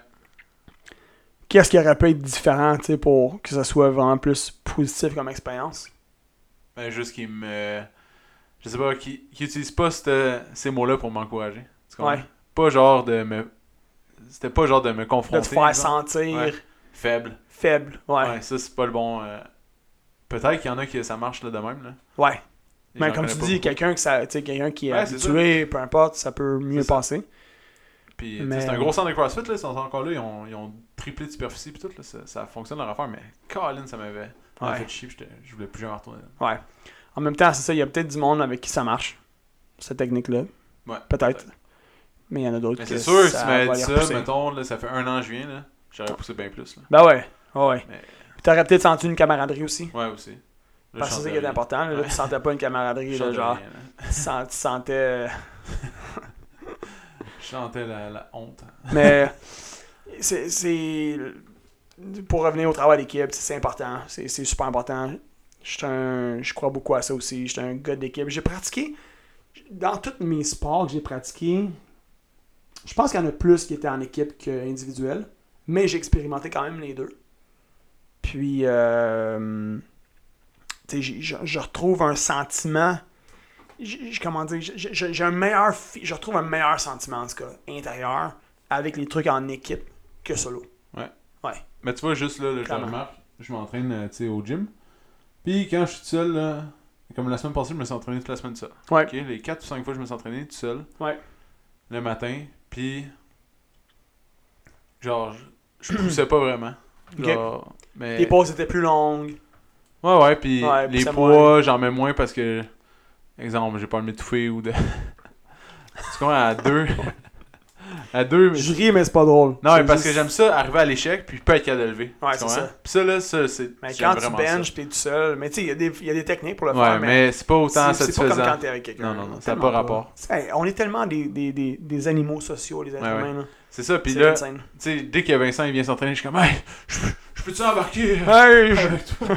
B: qu'est-ce qui aurait pu être différent tu sais, pour que ça soit vraiment plus positif comme expérience
A: Ben, juste qu'il me. Je sais pas, qu'il qu'il utilise pas cette- ces mots-là pour m'encourager. Tu comprends?
B: Ouais.
A: Pas genre de me. C'était pas genre de me
B: de
A: confronter.
B: te faire
A: genre.
B: sentir
A: Ouais. Faible.
B: faible ouais
A: Ouais.
B: ouais,
A: ça c'est pas le bon. euh, Peut-être qu'il y en a qui ça marche là de même. Là. Et j'en
B: mais Ben, comme
A: connais
B: tu
A: pas
B: dis
A: beaucoup.
B: quelqu'un que ça tu sais, quelqu'un qui est
A: Ouais, c'est
B: habitué peu importe ça peut mieux
A: C'est ça.
B: passer
A: Puis, tu sais,
B: Mais-
A: c'est un gros centre de CrossFit, là, ils sont encore là, ils ont, ils ont triplé de superficie, puis tout, là, ça, ça fonctionne leur affaire, mais Colin, ça m'avait ça m'avait
B: Ouais.
A: fait chier, puis j'étais- je voulais plus jamais retourner là.
B: ouais en même temps c'est ça il y a peut-être du monde avec qui ça marche cette technique là
A: Ouais,
B: peut-être mais il y en a d'autres
A: Mais
B: que
A: c'est sûr, si
B: ça
A: tu
B: va
A: m'avais
B: les
A: dit ça,
B: repousser.
A: mettons, là, ça fait un an que je viens, là, j'aurais poussé bien plus. Là.
B: ben ouais ouais, ouais.
A: Mais-
B: Puis t'aurais peut-être senti une camaraderie aussi
A: Ouais, aussi. Là, je
B: Parce que c'est
A: chantais
B: ça qui est
A: rien.
B: important. Là,
A: Ouais.
B: tu sentais pas une camaraderie.
A: Je
B: Là,
A: chantais
B: genre,
A: rien, là.
B: tu, sens- tu sentais. euh,
A: Je sentais la, la honte.
B: Mais c'est- c'est. Pour revenir au travail d'équipe, c'est- c'est important. C'est c'est super important. Je suis un- je crois beaucoup à ça aussi. Je suis un gars d'équipe. J'ai pratiqué. Dans tous mes sports que j'ai pratiqués, je pense qu'il y en a plus qui étaient en équipe qu'individuel. Mais j'ai expérimenté quand même les deux. Puis, euh, tu sais, j'ai- je, je retrouve un sentiment. j'ai- j'ai- Comment dire, j'ai- j'ai j'ai un meilleur, fi- je retrouve un meilleur sentiment en tout cas intérieur avec les trucs en équipe que solo.
A: Mais tu vois, juste là, là, je te
B: Clairement.
A: remarque, je m'entraîne euh, tu sais, au gym. Puis quand je suis tout seul, là, comme la semaine passée, je me suis entraîné toute la semaine tout seul.
B: Ouais.
A: Ok, Les 4 ou 5 fois, je me suis entraîné tout seul.
B: Ouais.
A: Le matin. Puis. Genre, je, je poussais pas vraiment.
B: Ok.
A: Genre, mais...
B: Les pauses étaient plus longues.
A: Ouais, ouais, puis
B: Ouais,
A: les
B: poussais
A: poids, j'en mets moins parce que, exemple, j'ai pas le m'étouffer ou de. tu comprends, à deux. à deux. mais-
B: Je ris, mais c'est pas drôle.
A: Non, mais
B: C'est
A: parce
B: juste-
A: que j'aime ça, arriver à l'échec, puis pas être capable de lever.
B: Ouais,
A: Tu
B: c'est
A: comprends?
B: ça.
A: Puis ça, là, ça, c'est.
B: Mais
A: j'aime
B: quand tu
A: vraiment ça.
B: benches, t'es tout seul. Mais tu sais, il y, a des- il y a des techniques pour le
A: Ouais,
B: faire.
A: mais,
B: Mais
A: c'est pas autant
B: c'est c'est pas comme
A: satisfaisant.
B: quand t'es avec quelqu'un.
A: Non, non, non, ça a
B: Tellement
A: pas rapport.
B: Hey, on est tellement des, des, des, des animaux sociaux, les êtres
A: Ouais, ouais.
B: humains. là.
A: C'est ça, puis
B: C'est
A: là, tu
B: insane.
A: sais, dès que Vincent il vient s'entraîner, je suis comme, hey, je peux- je peux-tu embarquer euh,
B: Hey, je-
A: avec toi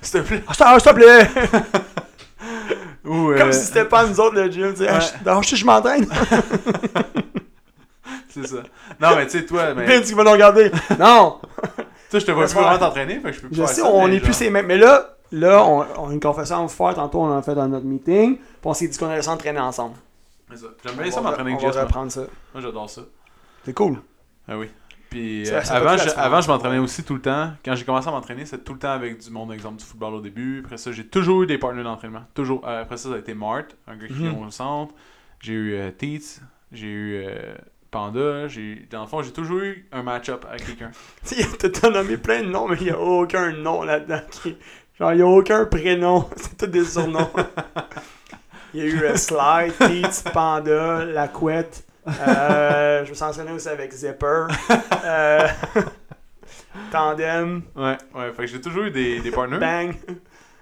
A: S'il te plaît.
B: Ah, ça- ah, s'il te plaît!
A: Ou, euh,
B: Comme si c'était pas nous autres le gym. tu sais, Ah, je- non, je je m'entraîne.
A: C'est ça. Non, mais tu sais, toi, mais.
B: Vince qui va nous regarder. Non!
A: Toi, je te vois
B: Ouais,
A: plus
B: ouais.
A: vraiment t'entraîner, fait que je peux plus
B: Je
A: faire
B: sais,
A: ça,
B: on
A: mais
B: n'est plus
A: genre-
B: ces mêmes. Mais là, là, on, on a une confession à vous faire. Tantôt, on en a fait dans notre meeting. Puis on s'est dit qu'on allait s'entraîner ensemble.
A: C'est ça. J'aime bien
B: On
A: ça
B: va-
A: m'entraîner avec
B: On
A: Jess.
B: va
A: Moi,
B: reprendre ça.
A: Moi, j'adore ça.
B: C'est cool.
A: Ah oui. Puis
B: Ça-
A: euh,
B: ça peut
A: avant,
B: plus
A: je,
B: la
A: avant, je
B: semaine.
A: m'entraînais aussi tout le temps. Quand j'ai commencé à m'entraîner, c'était tout le temps avec du monde, exemple du football au début. Après ça, j'ai toujours eu des partenaires d'entraînement. Toujours. Euh, après ça, ça a été Mart, un gars qui
B: Mhm.
A: vient au centre. J'ai eu euh, Teats, j'ai eu euh, Panda. J'ai, dans le fond, j'ai toujours eu un match-up avec quelqu'un.
B: Tu sais, t'as- t'as nommé plein de noms, mais il n'y a aucun nom là-dedans. qui- Genre, il n'y a aucun prénom. C'est tous des surnoms. Il y a eu euh, Slide, Teats, Panda, La Couette. Euh, je me suis entraîné aussi avec Zipper. Euh, tandem,
A: ouais, ouais. Fait que j'ai toujours eu des, des partenaires.
B: Bang.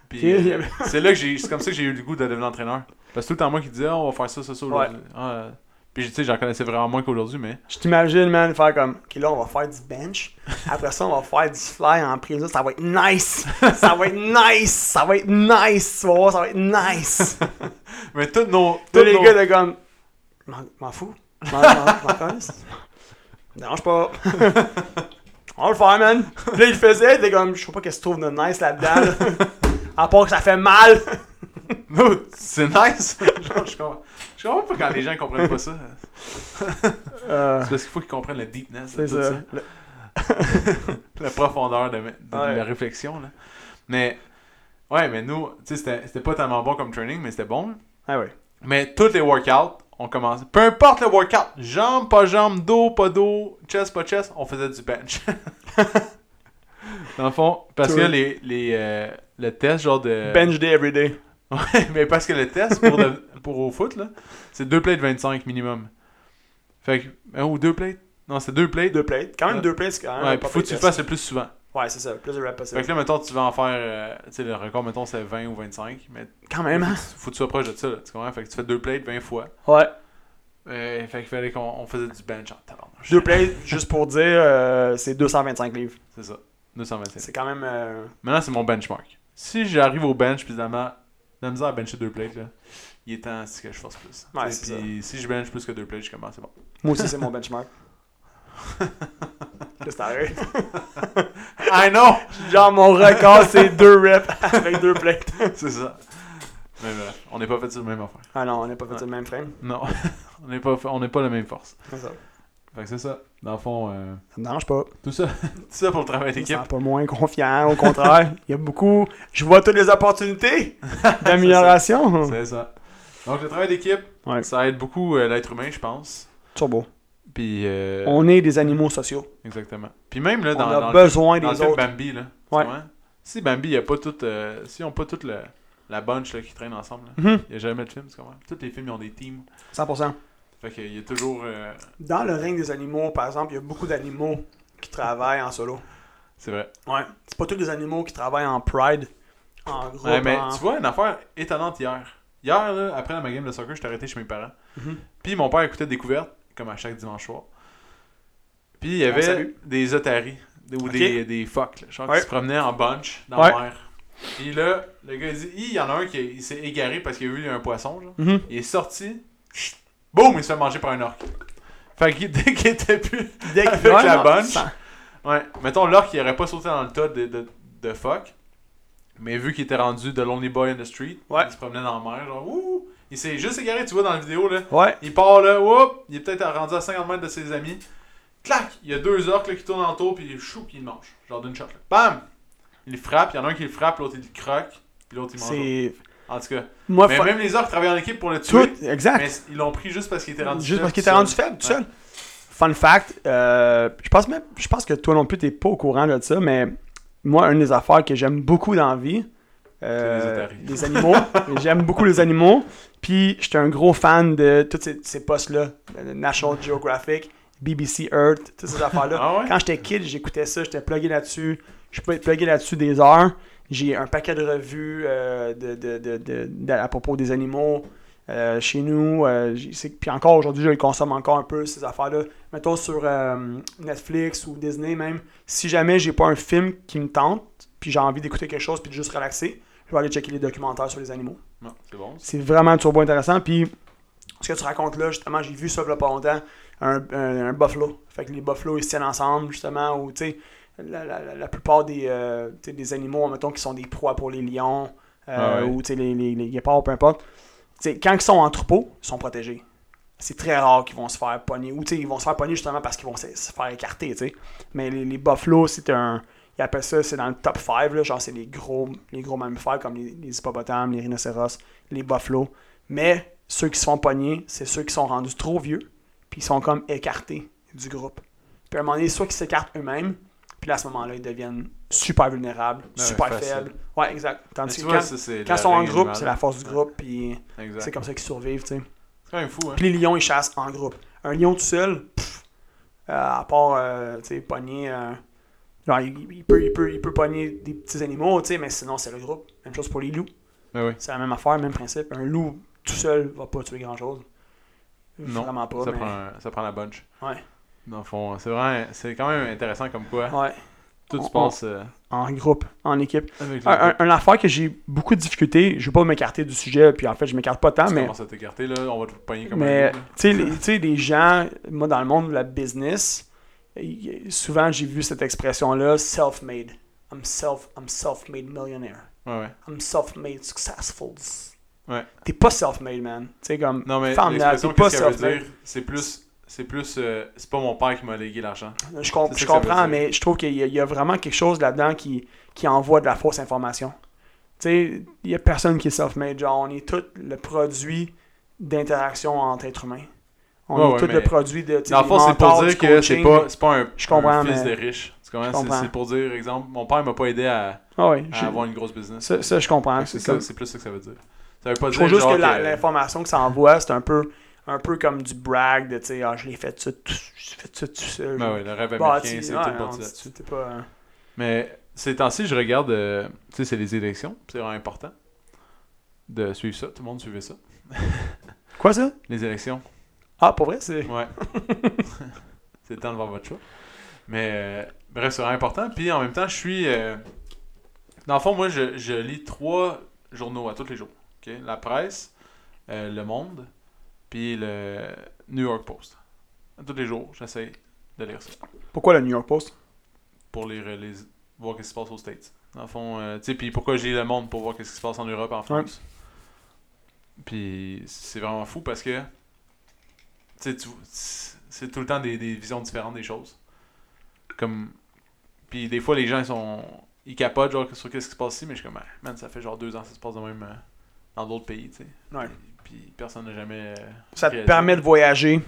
A: Puis,
B: Ben, Ok, il y
A: euh,
B: avait-
A: c'est là que j'ai c'est comme ça que j'ai eu le goût de devenir entraîneur parce que tout le temps moi qui disais Ah, on va faire ça ça ça aujourd'hui. Ah, euh. puis tu sais j'en connaissais vraiment moins qu'aujourd'hui mais
B: Je t'imagine, man, faire comme, OK, là, on va faire du bench. Après ça, on va faire du fly en prise. Ça va être nice. Ça va être nice. Ça va être nice. Tu vas voir, ça va être nice.
A: mais tous nos
B: Tous
A: tous
B: les
A: nos-
B: gars, de comme, m'en- m'en fous. M'en- M'en m'en calisse. Me dérange pas. on on va le faire, man. Puis là, il le faisait, il était comme, je sais pas qu'est-ce que tu trouves de nice là-dedans. là. à part que ça fait mal.
A: No, c'est nice! Genre, je, comprends, je comprends pas quand les gens comprennent pas ça.
B: Euh,
A: C'est parce qu'il faut qu'ils comprennent le deepness de
B: c'est
A: tout ça.
B: ça. Le-
A: la profondeur de, de- de
B: Ouais.
A: la réflexion. Là. Mais, ouais, mais nous, tu sais, c'était c'était pas tellement bon comme training, mais c'était bon. là.
B: Ah ouais.
A: Mais tous les workouts, on commençait. Peu importe le workout, jambes, pas jambes, dos, pas dos, chest, pas chest, on faisait du bench. Dans le fond, parce que
B: Tout.
A: les, les, euh, le test, genre de.
B: Bench day every day.
A: Ouais, mais parce que le test pour, de- pour au foot, là, c'est deux plates 25 minimum. Fait que. euh, Ou deux plates Non, c'est deux plates.
B: Deux plates. Quand même
A: Ouais.
B: deux plates, c'est quand même. un
A: ouais, puis
B: pas
A: faut que
B: pire
A: tu le
B: test.
A: fasses le plus souvent.
B: Ouais, c'est ça. Plus de rap possible.
A: Fait que là, mettons, tu vas en faire. euh, tu sais, le record, mettons, c'est 20 ou 25. Mais
B: Quand même, hein.
A: faut que tu sois proche de ça, là, tu comprends? Fait que tu fais deux plates 20 fois.
B: Ouais.
A: Euh, fait qu'il fallait qu'on on faisait du bench en tabarnouche.
B: Deux plates, juste pour dire, euh, c'est 225 livres.
A: C'est ça. 225.
B: C'est quand même. euh,
A: Maintenant, c'est mon benchmark. Si j'arrive au bench, puis finalement, de la misère à bencher deux plates, là, il est temps c'est que je force plus.
B: Ouais,
A: Tu sais,
B: c'est
A: puis si je bench plus que deux plates, je commence, c'est bon.
B: Moi aussi, c'est mon benchmark. Qu'est-ce que t'arrêtes?
A: I know!
B: Genre, mon record, c'est deux reps avec deux plates.
A: c'est ça. Mais bref, on n'est pas fait sur le même affaire.
B: Ah non, on n'a pas fait le même frame.
A: Non, on n'est pas, fait- on n'est pas la même force.
B: C'est ça.
A: Fait que c'est ça. Dans le fond, euh,
B: Ça me dérange pas.
A: tout ça, tout ça pour le travail
B: Je me
A: d'équipe.
B: sens pas moins confiant, au contraire. Il y a beaucoup. Je vois toutes les opportunités d'amélioration.
A: C'est ça. Donc, le travail d'équipe,
B: Ouais.
A: ça aide beaucoup euh, l'être humain, je pense.
B: Turbo.
A: Puis, euh,
B: On est des animaux sociaux.
A: exactement. Puis même là,
B: On
A: dans, dans le,
B: a besoin
A: dans le
B: des
A: film
B: autres.
A: Bambi, là, tu
B: Ouais.
A: vois, si Bambi, il a pas tout, euh, si on pas toute le- la bunch là, qui traîne ensemble, là,
B: Mhm.
A: il n'y a jamais de film, tu comprends? Tous les films, ils ont des teams.
B: 100%.
A: Fait qu'il y a toujours... euh,
B: Dans le règne des animaux, par exemple, il y a beaucoup d'animaux qui travaillent en solo.
A: c'est vrai.
B: Ouais. C'est pas tous les animaux qui travaillent en pride, en groupe.
A: Ouais, mais
B: en-
A: tu vois, une affaire étonnante hier. Hier, là, après ma game de soccer, j'étais arrêté chez mes parents.
B: Mhm.
A: Puis mon père écoutait Découverte, comme à chaque dimanche soir. Puis il y
B: Ah,
A: avait
B: salut.
A: des otaries, des- ou
B: Ok.
A: des, des phoques, là, genre
B: Ouais.
A: qui se promenaient en bunch dans
B: Ouais.
A: la mer. Puis là, le gars il dit Hi, il y en a un qui il s'est égaré parce qu'il a vu un poisson. Genre.
B: Mhm.
A: Il est sorti, chut, boum, il se fait manger par un orque. Fait que dès qu'il était plus.
B: Dès
A: Avec la
B: non,
A: bunch.
B: ça-
A: Ouais, mettons l'orque, il aurait pas sauté dans le tas de, de, de fuck. Mais vu qu'il était rendu de Lonely Boy in the Street,
B: Ouais.
A: il se promenait dans la mer, genre ouh! Il s'est juste égaré, tu vois, dans la vidéo là.
B: Ouais.
A: Il part là, whoop, il est peut-être rendu à 50 mètres de ses amis. Clac! Il y a deux orques là, qui tournent en tour, puis chou, qui le mange. Genre d'une shot là. Bam! Il le frappe, il y en a un qui le frappe, l'autre il le croque, puis l'autre il mange. l'autre.
B: C'est.
A: En tout cas.
B: Moi,
A: mais
B: fa-
A: même les orques travaillent en équipe pour le tuer,
B: tout. Exact.
A: mais ils l'ont pris juste parce qu'il était rendu
B: Juste
A: seul,
B: parce qu'il
A: tout
B: était
A: seul.
B: rendu faible tout seul. Fun fact, euh, je pense même, je pense que toi non plus t'es pas au courant de ça, mais moi une des affaires que j'aime beaucoup dans la vie, euh,
A: C'est les otaries.
B: les animaux, j'aime beaucoup les animaux. Puis j'étais un gros fan de tous ces, ces postes là, National Geographic, BBC Earth, toutes ces affaires là.
A: Ah ouais?
B: Quand j'étais kid, j'écoutais ça, j'étais plugué là-dessus. Je peux être plugué là-dessus des heures. J'ai un paquet de revues euh, de, de- de- de- de- à propos des animaux euh, chez nous. euh, j'ai- c'est- puis encore aujourd'hui, je les consomme encore un peu, ces affaires-là. Mettons sur euh, Netflix ou Disney même. Si jamais j'ai pas un film qui me tente, puis j'ai envie d'écouter quelque chose, puis de juste relaxer, je vais aller checker les documentaires sur les animaux.
A: Non, c'est bon. ça.
B: C'est vraiment turbo intéressant. Puis ce que tu racontes là, justement, j'ai vu ça il y a pas longtemps, un, un- un buffalo. Fait que les buffalo, ils se tiennent ensemble, justement, ou tu sais, la, la- la- la plupart des, euh, tu sais, des animaux, mettons, qui sont des proies pour les lions, euh,
A: Ah ouais.
B: ou tu sais, les, les, les guépards, peu importe. Tu sais, quand ils sont en troupeau, ils sont protégés. C'est très rare qu'ils vont se faire pogner. Ou tu sais, ils vont se faire pogner justement parce qu'ils vont se, se faire écarter, tu sais. Mais les, les buffalo, c'est un. Ils appellent ça, c'est dans le top 5, là, genre c'est les gros, les gros mammifères comme les, les hippopotames, les rhinocéros, les buffalo. Mais ceux qui se font pogner, c'est ceux qui sont rendus trop vieux, puis ils sont comme écartés du groupe. Puis à un moment donné, soit qu'ils s'écartent eux-mêmes, puis là à ce moment-là, ils deviennent super vulnérables,
A: Ah Ouais,
B: super
A: facile.
B: faibles. Ouais, exact.
A: Mais
B: Tandis
A: tu
B: que
A: vois,
B: quand,
A: ça, c'est
B: quand
A: la
B: ils sont en
A: règle
B: groupe,
A: animale.
B: c'est la force du groupe, puis
A: Exact.
B: c'est comme ça qu'ils survivent, tu sais.
A: C'est quand même fou, hein.
B: Puis les lions, ils chassent en groupe. Un lion tout seul, pff, euh, à part, euh, tu sais, pogner. euh, genre, il, il peut, il, peut, il peut pogner des petits animaux, tu sais, mais sinon, c'est le groupe. Même chose pour les loups.
A: Mais Ben oui.
B: C'est la même affaire, même principe. Un loup tout seul va pas tuer grand-chose.
A: Non,
B: Vraiment pas.
A: ça,
B: mais-
A: prend, un- ça prend la bunch.
B: Ouais.
A: Dans le fond, c'est vraiment, c'est quand même intéressant comme quoi
B: Ouais,
A: tout
B: On-
A: se passe euh,
B: en groupe, en équipe.
A: avec le
B: Un, ah, un- une affaire que j'ai beaucoup de difficultés, je vais pas m'écarter du sujet, puis en fait, je m'écarte pas tant,
A: Tu
B: mais
A: commences à t'écarter, là, on va te pogner comme
B: Mais
A: un loup, là.
B: tu sais, les, tu sais, les gens, moi dans le monde de la business, Et- et souvent j'ai vu cette expression-là, self-made. I'm self, I'm self-made millionaire.
A: Ouais, ouais.
B: I'm self-made successful.
A: Ouais.
B: T'es pas self-made, man. Tu sais, comme,
A: Non, mais
B: Femme,
A: l'expression,
B: là, t'es pas
A: qu'est-ce qu'elle veut
B: self-made.
A: dire, c'est plus... C'est plus... euh, c'est pas mon père qui m'a légué l'argent.
B: je,
A: C'est
B: com-
A: ça
B: je
A: que ça veut
B: comprends,
A: dire.
B: mais je trouve qu'il y, a- il y a vraiment quelque chose là-dedans qui, qui envoie de la fausse information. Tu sais, il y a personne qui est self-made. Genre, on est tout le produit d'interaction entre êtres humains. On
A: Ouais,
B: est
A: ouais,
B: tout le
A: mais
B: produit de. tu sais,
A: Dans le
B: des
A: fond, c'est pour
B: mentors, du
A: dire que c'est
B: coaching.
A: pas, c'est pas un,
B: Je comprends,
A: un fils
B: mais-
A: de riche. Tu comprends?
B: Je
A: C'est-
B: comprends.
A: C'est pour dire, exemple, mon père m'a pas aidé à,
B: Ah ouais,
A: à
B: je-
A: avoir une grosse business.
B: ça, ça, je comprends.
A: C'est
B: C'est
A: ça,
B: comme-
A: c'est plus ça que ça veut dire. Ça veut pas
B: Je
A: dire
B: trouve juste
A: genre
B: que la-
A: que-
B: l'information que ça envoie, c'est un peu, un peu comme du brag de, tu sais, ah, je l'ai fait ça, tout, j'ai fait ça, tout seul.
A: Ben ouais, le rêve
B: Bah,
A: américain,
B: tu-
A: c'est
B: ouais,
A: tout
B: non,
A: pour ça.
B: tu- t'es pas, hein.
A: Mais ces temps-ci, je regarde. euh, tu sais, c'est les élections. C'est vraiment important de suivre ça. Tout le monde suivait ça.
B: Quoi ça?
A: Les élections.
B: Ah, pour vrai, c'est...
A: Ouais. c'est le temps de voir votre choix. Mais euh, bref, c'est vraiment important. Puis en même temps, je suis. euh, dans le fond, moi, je, je lis trois journaux à tous les jours. ok? La presse, euh, Le Monde, puis le New York Post. À tous les jours, j'essaie de lire ça.
B: Pourquoi le New York Post?
A: pour les, les- voir qu'est-ce qui se passe aux States. Dans le fond, euh, tu sais, puis pourquoi j'ai le monde pour voir qu'est-ce qui se passe en Europe, en France. Puis c'est vraiment fou parce que tu sais, tu- c'est tout le temps des, des visions différentes des choses. Comme puis des fois les gens ils sont ils capotent genre sur qu'est-ce qui se passe ici, mais je suis comme Ah, man ça fait genre deux ans que ça se passe de même euh, dans d'autres pays, tu sais.
B: Ouais.
A: Puis personne n'a jamais. euh,
B: Ça te
A: réalisé.
B: permet de voyager.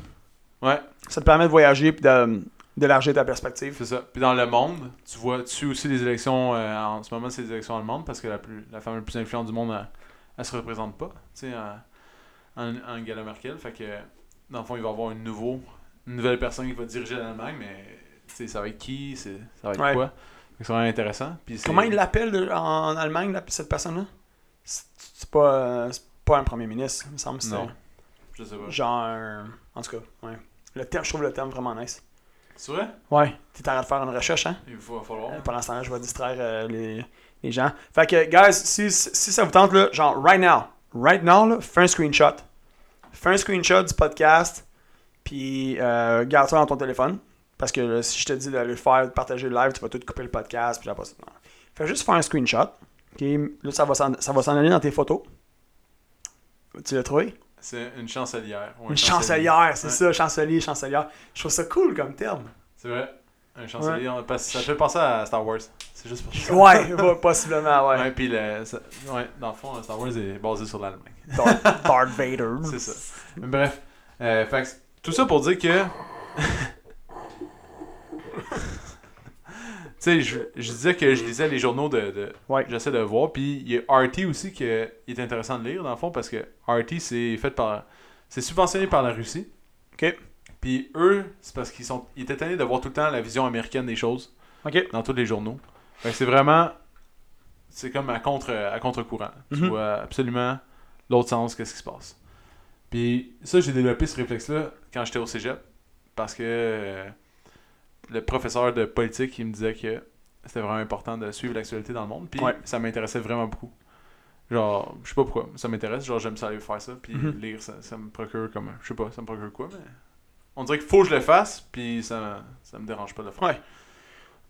A: Ouais.
B: Ça te permet de voyager puis de- d'élargir ta perspective.
A: C'est ça. Puis dans le monde, tu vois, tu suis aussi les élections. euh, en ce moment, c'est les élections allemandes parce que la, plus, la femme la plus influente du monde, elle, elle se représente pas. Tu sais, en- en- en Angela Merkel. Fait que, dans le fond, il va y avoir une, nouveau, une nouvelle personne qui va diriger l'Allemagne, mais tu sais, ça va être qui c'est- Ça va être
B: Ouais.
A: quoi Fait que C'est vraiment intéressant. Puis c'est-
B: Comment ils l'appellent de- en Allemagne, la- cette personne-là? C'est c'est pas, euh, c'est pas un premier ministre, il me semble.
A: Non.
B: C'est
A: Je sais pas.
B: genre... un- En tout cas, ouais. Le terme, je trouve le terme vraiment nice.
A: C'est vrai
B: Ouais. T'es en train de faire une recherche, hein?
A: Il va falloir.
B: Euh, Pendant ce temps-là, je vais distraire euh, les, les gens. Fait que, guys, si, si ça vous tente, là, genre, right now, right now, là, fais un screenshot. Fais un screenshot du podcast, puis euh, garde ça dans ton téléphone. Parce que là, si je te dis de le faire, de partager le live, tu vas tout couper le podcast, puis après ça. non. Fait juste faire un screenshot. ok? Là, ça va s'en ça va s'en aller dans tes photos. Tu l'as trouvé?
A: C'est une chancelière. ou un
B: Une
A: chancelier.
B: chancelière, c'est
A: Ouais.
B: ça, chancelier, chancelière. Je trouve ça cool comme terme.
A: C'est vrai. Un chancelier. Parce que ça fait penser à Star Wars. C'est juste pour ça.
B: Ouais, ouais, possiblement, ouais.
A: Ouais, puis le, ça- ouais, dans le fond, Star Wars est basé sur l'Allemagne.
B: Darth, Darth Vader.
A: C'est ça. Mais bref, euh, fait que c'est- tout ça pour dire que. tu sais, je, je disais que je lisais les journaux de. de-
B: Ouais.
A: J'essaie de voir. Puis il y a RT aussi qui est intéressant de lire, dans le fond, parce que RT, c'est fait par. C'est subventionné par la Russie.
B: Ok.
A: Puis eux, c'est parce qu'ils sont. Ils étaient tannés de voir tout le temps la vision américaine des choses
B: Ok.
A: dans tous les journaux. Fait que c'est vraiment. C'est comme à contre à contre-courant. Tu
B: Mhm.
A: vois absolument l'autre sens, qu'est-ce qui se passe. Puis ça, j'ai développé ce réflexe-là quand j'étais au cégep. Parce que euh, le professeur de politique, il me disait que c'était vraiment important de suivre l'actualité dans le monde. Puis
B: Ouais.
A: ça m'intéressait vraiment beaucoup. Genre, je sais pas pourquoi, ça m'intéresse. Genre, j'aime ça aller faire ça. Puis
B: Mhm.
A: lire, ça, ça me procure comme. Je sais pas, ça me procure quoi, mais. On dirait qu'il faut que je le fasse, puis ça, ça me dérange pas de le faire.
B: Ouais.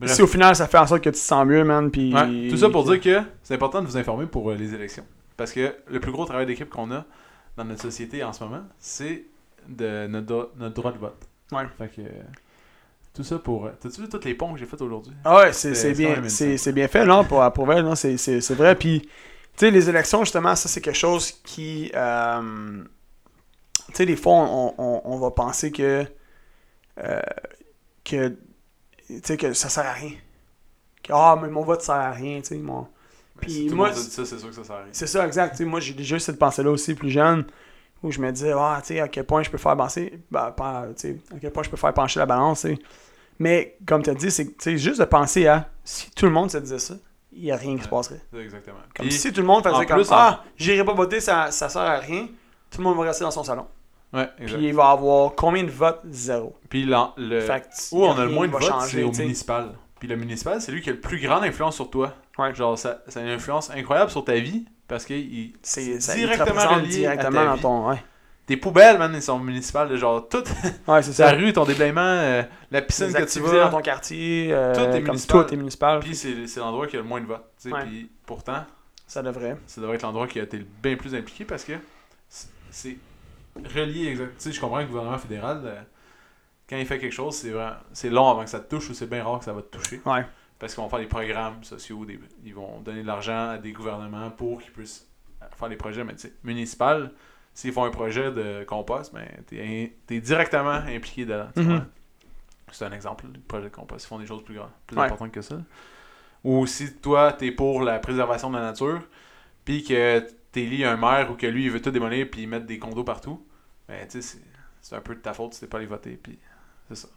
A: Bref.
B: Si au final ça fait en sorte que tu te sens mieux, man, puis
A: Ouais, Tout ça pour dire que c'est important de vous informer pour euh, les élections. Parce que le plus gros travail d'équipe qu'on a dans notre société en ce moment, c'est de notre, do- notre droit de vote.
B: Ouais.
A: Fait que. euh, Tout ça pour. euh, T'as-tu vu tous les ponts que j'ai fait aujourd'hui?
B: Ah ouais, c'est
A: C'est-
B: c'est
A: c'est quand
B: bien,
A: même
B: c'est
A: insane.
B: c'est bien fait, non, pour, pour vrai, non, c'est- c'est c'est vrai. Puis, tu sais, les élections, justement, ça, c'est quelque chose qui. euh, tu sais, des fois, on, on- on va penser que. euh, que. Tu sais, que ça sert à rien. Que, ah, mais mon vote sert à rien, tu sais, mon. Puis
A: Si tout le
B: moi,
A: monde a dit ça, c'est sûr que ça sert à rien.
B: C'est ça, exact. Tu sais, moi, j'ai déjà eu cette pensée-là aussi plus jeune, où je me disais, ah, tu sais, à quel point je peux faire ben, pencher, à quel point je peux faire pencher la balance. tu sais. Mais comme tu as dit, c'est que, tu sais, juste de penser à si tout le monde se disait ça, il n'y a rien qui se
A: Ouais.
B: passerait.
A: C'est Exactement.
B: Comme
A: Puis-
B: si tout le monde
A: en
B: faisait comme
A: plus, en-
B: ah, j'irai pas voter, ça, ça sert à rien. Tout le monde va rester dans son salon.
A: Ouais, exact.
B: Puis il va avoir combien de votes Zéro.
A: Puis l'en- le.
B: Fait que,
A: Où on a
B: rien
A: le moins de
B: qui va
A: votes,
B: changer,
A: c'est au
B: tu sais.
A: municipal. Puis le municipal, c'est lui qui a le plus grande influence sur toi.
B: Ouais.
A: Genre, ça, ça a une influence incroyable sur ta vie parce que il-
B: C'est ça, il te
A: directement
B: représente
A: relié à
B: directement
A: ta
B: dans
A: vie.
B: ton. ouais.
A: Des poubelles, man, ils sont municipales. de Genre, toute
B: Ouais, c'est
A: la
B: ça.
A: rue, ton déblaiement, euh, la piscine
B: Les
A: que tu
B: activités
A: vas.
B: dans ton quartier, euh,
A: Tout est
B: comme
A: municipal.
B: tout est municipal.
A: Puis c'est c'est l'endroit qui a le moins de votes. tu sais,
B: Ouais.
A: Puis pourtant,
B: Ça devrait.
A: ça devrait être l'endroit qui a été bien plus impliqué parce que c'est- c'est relié exact. Tu sais, je comprends que le gouvernement fédéral, euh, quand il fait quelque chose, c'est vraiment- c'est long avant que ça te touche ou c'est bien rare que ça va te toucher.
B: Ouais.
A: Parce qu'ils vont faire des programmes sociaux, des- ils vont donner de l'argent à des gouvernements pour qu'ils puissent faire des projets. Mais tu sais, municipal, s'ils font un projet de compost, ben, t'es es directement impliqué dedans. tu
B: Mhm.
A: vois. C'est un exemple, le projet de compost. Ils font des choses plus grandes, plus
B: Ouais.
A: importantes que ça. Ou si toi, t'es pour la préservation de la nature, puis que t'es lié à un maire ou que lui, il veut tout démolir puis mettre des condos partout, ben, tu sais, c'est- c'est un peu de ta faute si t'es pas allé voter. Puis c'est ça.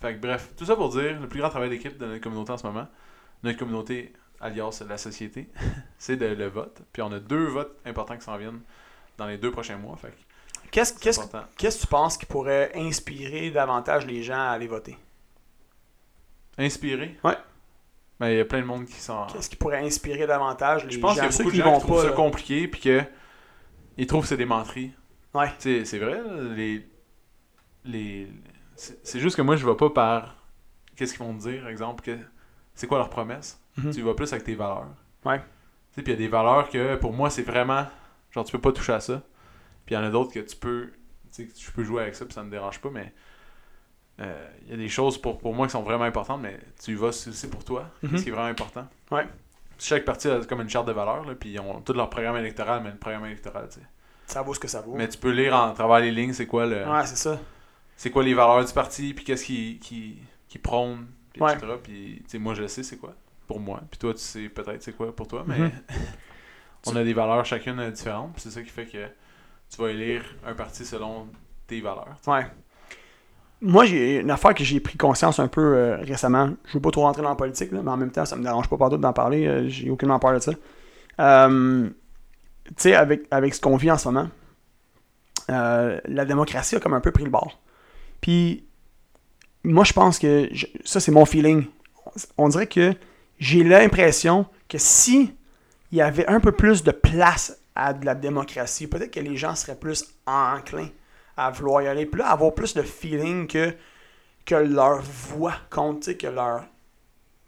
A: Fait que bref, tout ça pour dire, le plus grand travail d'équipe de notre communauté en ce moment, notre communauté, alias la société, c'est de- le vote. Puis on a deux votes importants qui s'en viennent dans les deux prochains mois. Fait que
B: Qu'est-ce
A: c'est
B: qu'est-ce-
A: important.
B: qu'est-ce que tu penses qui pourrait inspirer davantage les gens à aller voter?
A: Inspiré.
B: Ouais.
A: Ben, il y a plein de monde qui s'en.
B: Qu'est-ce qui pourrait inspirer davantage les
A: Je pense
B: gens?
A: qu'il y a
B: Ceux
A: beaucoup de
B: qui
A: gens qui
B: vont
A: trouvent
B: pas,
A: ça
B: là.
A: compliqué, puis que ils trouvent que c'est des menteries.
B: Ouais.
A: Tu sais, c'est vrai, là, les. les... C'est c'est juste que moi, je vais pas par. Qu'est-ce qu'ils vont te dire, exemple, que c'est quoi leur promesse
B: Mhm.
A: Tu y vas plus avec tes valeurs.
B: Ouais.
A: Tu sais, puis il y a des valeurs que pour moi, c'est vraiment. Genre, tu peux pas toucher à ça. Puis il y en a d'autres que tu peux. Tu sais, que tu peux jouer avec ça, puis ça me dérange pas, mais. euh, Il y a des choses pour, pour moi qui sont vraiment importantes, mais tu y vas aussi pour toi.
B: Mhm.
A: Qu'est-ce qui est vraiment important
B: Ouais.
A: chaque parti a comme une charte de valeurs, là, puis ils ont tout leur programme électoral, mais le programme électoral, tu sais.
B: Ça vaut ce que ça vaut.
A: Mais euh, tu peux lire en travers les lignes, c'est quoi le,
B: Ouais, c'est ça.
A: c'est quoi les valeurs du parti, puis qu'est-ce qui, qui, qui prône, puis
B: Ouais.
A: etc. Puis, tu sais, moi, je le sais, c'est quoi pour moi. Puis toi, tu sais peut-être c'est quoi pour toi, mais
B: Mhm.
A: on a des valeurs chacune euh, différentes, puis c'est ça qui fait que tu vas élire un parti selon tes valeurs.
B: Ouais. Moi, j'ai une affaire que j'ai pris conscience un peu euh, récemment. Je veux pas trop rentrer dans la politique, là, mais en même temps, ça me dérange pas partout d'en parler. euh, j'ai aucunement peur de ça. Euh, tu sais, avec, avec ce qu'on vit en ce moment, euh, la démocratie a comme un peu pris le bord. Puis, moi, je pense que je- ça, c'est mon feeling. On dirait que j'ai l'impression que si il y avait un peu plus de place à de la démocratie, peut-être que les gens seraient plus enclins à vouloir y aller, puis là, avoir plus de feeling que, que leur voix compte, tu sais, que leur.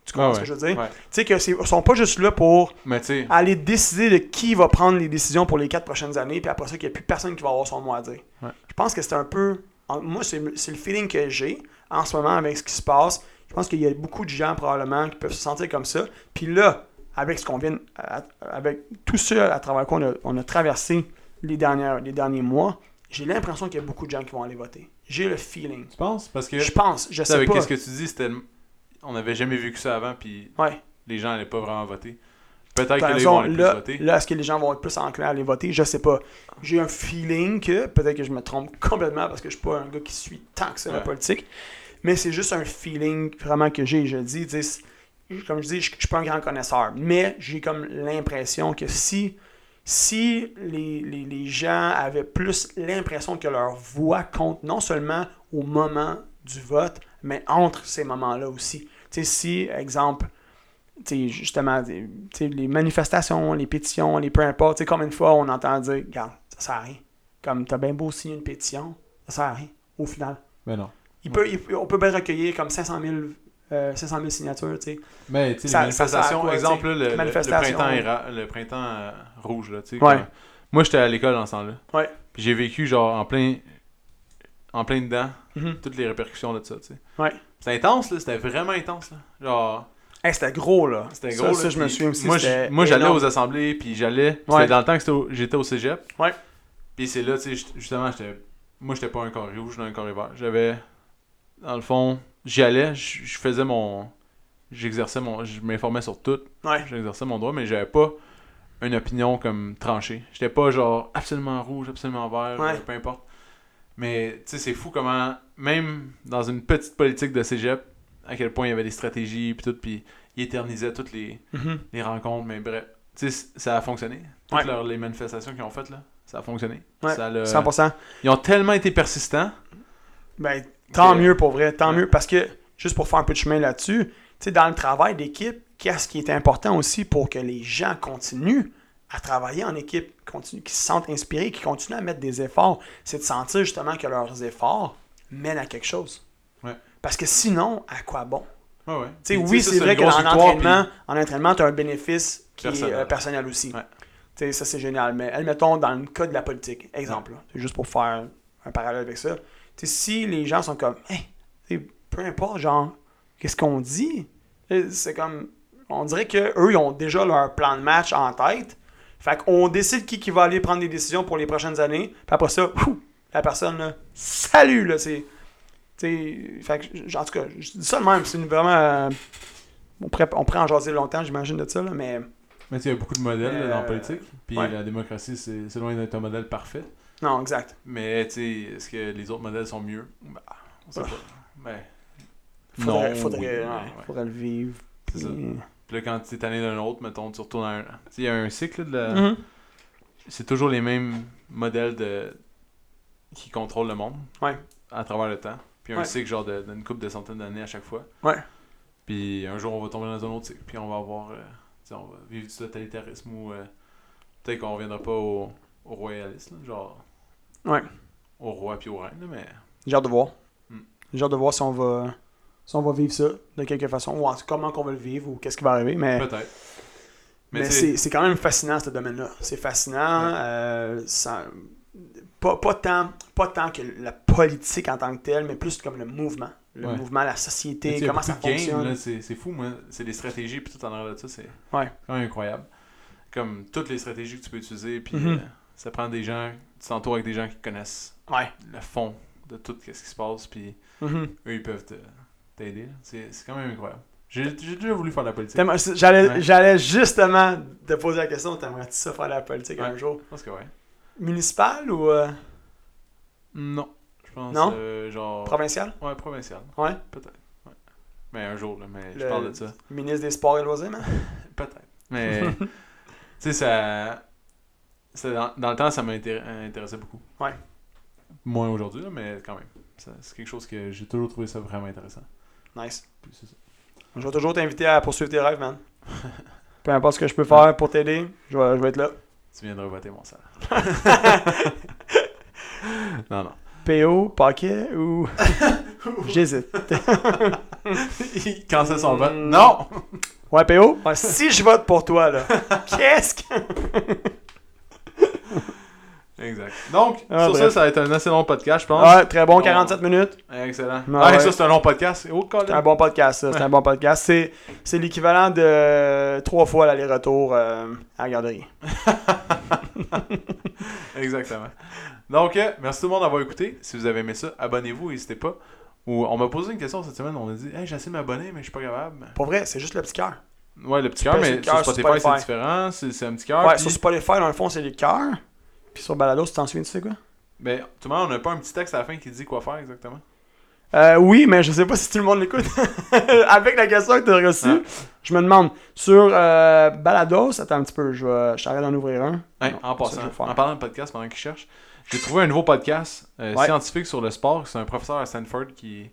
B: Tu comprends
A: Ah
B: ce que
A: ouais,
B: je veux dire?
A: ouais.
B: Tu sais, que c'est- ils sont pas juste là pour
A: Mais tu sais,
B: aller décider de qui va prendre les décisions pour les quatre prochaines années, puis après ça, qu'il n'y a plus personne qui va avoir son mot à dire.
A: Ouais.
B: Je pense que c'est un peu. en- Moi, c'est c'est le feeling que j'ai en ce moment avec ce qui se passe. Je pense qu'il y a beaucoup de gens probablement qui peuvent se sentir comme ça. Puis là, avec ce qu'on vient. à- avec tout ça à travers quoi on a, on a traversé les, dernières, les derniers mois, j'ai l'impression qu'il y a beaucoup de gens qui vont aller voter. J'ai le feeling.
A: tu penses? Parce que,
B: Je pense,
A: tu
B: je
A: sais,
B: sais
A: avec
B: pas.
A: qu'est-ce que tu dis, c'était... On n'avait jamais vécu ça avant, puis
B: Ouais.
A: les gens n'allaient pas vraiment voter. Peut-être que
B: T'as
A: là, ils
B: raison.
A: vont aller plus
B: là,
A: voter.
B: là, est-ce que les gens vont être plus enclins à aller voter? Je sais pas. J'ai un feeling que, peut-être que je me trompe complètement parce que je suis pas un gars qui suit tant que ça la
A: Ouais.
B: politique, mais c'est juste un feeling vraiment que j'ai. Je le dis, tu sais, c'est- comme je dis, je, je suis pas un grand connaisseur, mais j'ai comme l'impression que si, si les, les- les gens avaient plus l'impression que leur voix compte non seulement au moment du vote, mais entre ces moments-là aussi. Tu sais, si, exemple, tu sais, justement, tu sais, les manifestations, les pétitions, les peu importe, tu sais, combien de fois on entend dire, regarde, ça sert à rien. Comme, t'as bien beau signer une pétition, ça sert à rien, au final.
A: Mais non.
B: Il peut, il peut- on peut bien recueillir comme 500 000, euh, 500 000 signatures, tu sais.
A: Mais tu sais, les
B: Ça- ça sert
A: manifestations,
B: à quoi,
A: exemple,
B: tu sais,
A: là, le, le-
B: manifestation.
A: le printemps, éra- le printemps euh, rouge, là, tu sais.
B: Ouais.
A: comme- Moi, j'étais à l'école en ce temps-là.
B: Ouais.
A: Puis j'ai vécu, genre, en plein, en plein dedans,
B: Mhm.
A: toutes les répercussions de ça, tu sais.
B: Ouais.
A: C'était intense, là, c'était vraiment intense, là. Genre,
B: Hey, c'était gros, là.
A: c'était
B: Ça-
A: gros.
B: Ça,
A: là,
B: je me
A: puis
B: souviens aussi.
A: Moi,
B: c'était
A: j- moi, j'allais
B: énorme.
A: aux assemblées, puis j'allais. puis
B: Ouais.
A: C'était dans le temps que c'était au- j'étais au cégep.
B: Ouais.
A: Puis c'est là, tu sais, j't- justement, j'étais. Moi, j'étais pas un carré rouge, j'étais un carré vert. J'avais. Dans le fond, j'y allais, j- je faisais mon. J'exerçais mon. Je m'informais sur tout.
B: Ouais.
A: J'exerçais mon droit, mais j'avais pas une opinion comme tranchée. J'étais pas genre absolument rouge, absolument vert,
B: Ouais.
A: euh, peu importe. Mais tu sais, c'est fou comment, même dans une petite politique de cégep, à quel point il y avait des stratégies, puis tout, puis ils éternisaient toutes les,
B: Mhm.
A: les rencontres, mais bref. Tu sais, c- ça a fonctionné. Toutes
B: Ouais.
A: leurs- les manifestations qu'ils ont faites, là, ça a fonctionné.
B: Ouais,
A: Ça l'a-
B: 100%.
A: Ils ont tellement été persistants.
B: Ben, tant
A: que-
B: mieux pour vrai, tant
A: Ouais.
B: mieux. Parce que, juste pour faire un peu de chemin là-dessus, tu sais, dans le travail d'équipe, qu'est-ce qui est important aussi pour que les gens continuent à travailler en équipe, qui continuent- qui se sentent inspirés, qui continuent à mettre des efforts, c'est de sentir justement que leurs efforts mènent à quelque chose.
A: Ouais.
B: Parce que sinon, à quoi bon?
A: Ouais, ouais.
B: Tu sais,
A: Puis,
B: oui,
A: ça,
B: c'est vrai
A: une
B: que
A: grosse
B: en
A: victoire,
B: entraînement, en entraînement, tu as un bénéfice qui est
A: Personnel.
B: euh, personnel aussi.
A: Ouais.
B: Tu sais, ça, c'est génial. Mais admettons, dans le cas de la politique, exemple, là, c'est juste pour faire un parallèle avec ça. Tu sais, si les gens sont comme, hey, tu sais, peu importe, genre, qu'est-ce qu'on dit? Euh, C'est comme, on dirait qu'eux, ils ont déjà leur plan de match en tête. Fait qu'on décide qui, qui va aller prendre des décisions pour les prochaines années. Puis après ça, whew, la personne, là, salut, là, c'est. Tu sais, fait que, j- en tout cas, je dis ça de même, c'est une- vraiment. euh, on pourrait, on pourrait en jaser longtemps, j'imagine, de ça, là, mais
A: puis- Mais tu sais, il y a beaucoup de modèles là, dans la
B: Euh,
A: politique. Puis
B: ouais.
A: la démocratie, c'est c'est loin d'être un modèle parfait.
B: non, exact.
A: Mais tu sais, est-ce que les autres modèles sont mieux Bah, on sait
B: Ah.
A: pas. Mais.
B: Faudrait,
A: non,
B: faudrait,
A: oui,
B: ouais,
A: mais, ouais.
B: faudrait le vivre.
A: C'est ça.
B: puis-
A: Puis là, quand t'es tanné d'un autre, mettons, tu retournes à un. Tu sais, il y a un cycle là, de la-
B: Mhm.
A: c'est toujours les mêmes modèles de qui contrôlent le monde
B: Ouais.
A: à travers le temps. Puis un
B: Ouais.
A: cycle genre de- d'une couple de centaines d'années à chaque fois.
B: Ouais.
A: Puis un jour on va tomber dans un autre cycle. Puis on va avoir. euh, tu sais, on va vivre du totalitarisme ou euh, peut-être qu'on reviendra pas au, au royalisme, là, genre.
B: Ouais.
A: Au roi puis au reine, là, mais.
B: J'ai hâte de voir.
A: Mm.
B: J'ai hâte de voir si on va si on va vivre ça de quelque façon, ou en tout cas, comment qu'on va le vivre, ou qu'est-ce qui va arriver, mais,
A: Peut-être.
B: mais,
A: Mais, tu sais,
B: c'est c'est quand même fascinant, ce domaine-là. C'est fascinant, euh, sans- pas, pas, tant, pas tant que la politique en tant que telle, mais plus comme le mouvement. Le
A: Ouais.
B: mouvement, la
A: mais tu
B: société,
A: sais, y a
B: comment
A: beaucoup
B: ça
A: de games,
B: fonctionne.
A: là, c'est c'est fou, moi. C'est des stratégies, puis tout en arrière de ça, c'est
B: Ouais.
A: quand même incroyable. Comme toutes les stratégies que tu peux utiliser, puis
B: Mhm.
A: euh, ça prend des gens, tu t'entoures avec des gens qui connaissent
B: Ouais.
A: le fond de tout ce qui se passe, puis
B: Mhm.
A: eux, ils peuvent te- t'aider. là. C'est c'est quand même incroyable. J'ai j'ai déjà voulu faire de la politique.
B: T'aimerais- c'est- J'allais
A: Ouais.
B: j'allais justement te poser la question, t'aimerais-tu ça faire de la politique un
A: Ouais.
B: jour?
A: Je pense que ouais.
B: Municipal ou euh,
A: Non. Je pense
B: Non?
A: euh, genre...
B: provincial?
A: Ouais, provincial.
B: Ouais.
A: Peut-être. Ouais. Mais un jour, là, mais je
B: Le-
A: parle de ça.
B: Ministre des Sports et Loisirs, man?
A: Peut-être. Mais, tu sais, ça. ça- dans, dans le temps, ça m'intéressait beaucoup.
B: Ouais.
A: Moins aujourd'hui, là, mais quand même. Ça- C'est quelque chose que j'ai toujours trouvé ça vraiment intéressant.
B: Nice.
A: Puis c'est ça.
B: Je vais toujours t'inviter à poursuivre tes rêves, man. Peu importe ce que je peux faire pour t'aider, je vais, je vais être là.
A: Tu viendras voter mon salaire. non, non.
B: PO, paquet ou. J'hésite.
A: Quand ça son vote.
B: Mm.
A: Non!
B: Ouais, PO, ouais, si je vote pour toi, là, qu'est-ce que.
A: Exact. Donc,
B: Ah,
A: sur ça,
B: bref.
A: ça va être un assez long podcast, je pense.
B: Ouais, très bon, 47 minutes.
A: Excellent.
B: Ouais,
A: Ah, et
B: ouais. Ah,
A: ça, c'est un long podcast. Oh,
B: C'est un
A: Colin.
B: bon podcast, ça. C'est un bon podcast. C'est, c'est l'équivalent de trois fois l'aller-retour euh, à la garderie.
A: Exactement. Donc, euh, merci tout le monde d'avoir écouté. Si vous avez aimé ça, abonnez-vous, n'hésitez pas. Ou on m'a posé une question cette semaine, on m'a dit Hey, j'essaie de m'abonner, mais je suis pas capable.
B: Pour vrai, c'est juste le petit cœur.
A: Ouais, le petit cœur,
B: peux
A: mais
B: essayer le
A: sur
B: cœur sur
A: Spotify, c'est
B: Spotify.
A: différent. C'est c'est un petit cœur.
B: Ouais,
A: puis-
B: sur Spotify, dans le fond, c'est les cœurs. Puis sur Balado, tu t'en souviens, tu sais quoi?
A: Mais ben, tout le monde, on n'a pas un petit texte à la fin qui dit quoi faire exactement.
B: Euh, oui, mais je sais pas si tout le monde l'écoute. Avec la question que tu as reçue,
A: Ah.
B: je me demande. Sur euh, Balados, attends un petit peu, je vais je t'arrête d'en ouvrir un.
A: Hey,
B: Non,
A: en
B: ça,
A: passant,
B: je vais faire.
A: en parlant de podcast pendant qu'il cherche, j'ai trouvé un nouveau podcast euh,
B: Ouais.
A: scientifique sur le sport. C'est un professeur à Stanford qui.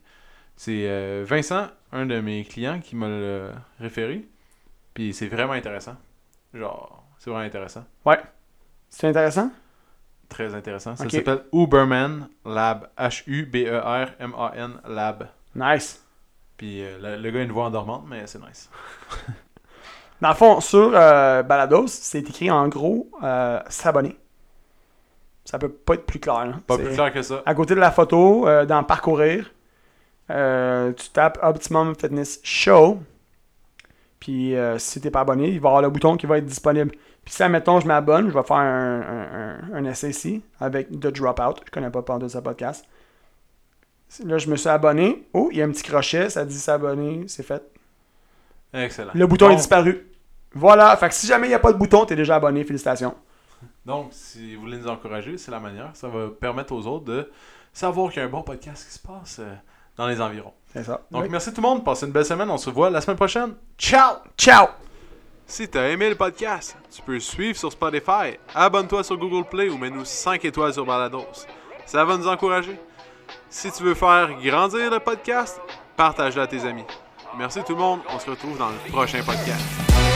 A: C'est euh, Vincent, un de mes clients, qui m'a le référé. Puis c'est vraiment intéressant. Genre, c'est vraiment intéressant.
B: C'est intéressant?
A: Très intéressant. Ça
B: Ok.
A: s'appelle Uberman Lab. E H-U-B-E-R-M-A-N Lab.
B: Nice.
A: Puis euh, le, le gars a une voix endormante, mais c'est nice.
B: Dans le fond, sur euh, Balados, c'est écrit en gros euh, s'abonner. Ça peut pas être plus clair. là.
A: Pas
B: C'est-
A: plus clair que ça.
B: À côté de la photo, euh, dans Parcourir, euh, tu tapes Optimum Fitness Show. Puis euh, si t'es pas abonné, il va y avoir le bouton qui va être disponible. Puis si, admettons, je m'abonne, je vais faire un, un- un- un essai ici avec The Dropout. Je connais pas pas de ce podcast. Là, je me suis abonné. Oh, il y a un petit crochet, ça dit s'abonner, c'est fait.
A: Excellent.
B: Ah. Le bouton est
A: donc,
B: disparu. Voilà, fait que si jamais il n'y a pas de bouton, t'es déjà abonné, félicitations.
A: Donc, si vous voulez nous encourager, c'est la manière. Ça va permettre aux autres de savoir qu'il y a un bon podcast qui se passe euh, dans les environs.
B: C'est ça.
A: Donc,
B: Oui.
A: merci tout le monde. Passez une belle semaine. On se revoit la semaine prochaine. Ciao!
B: Ciao!
A: Si t'as aimé le podcast, tu peux le suivre sur Spotify, abonne-toi sur Google Play ou mets-nous 5 étoiles sur Balados. Ça va nous encourager. Si tu veux faire grandir le podcast, partage-le à tes amis. Merci tout le monde, on se retrouve dans le prochain podcast.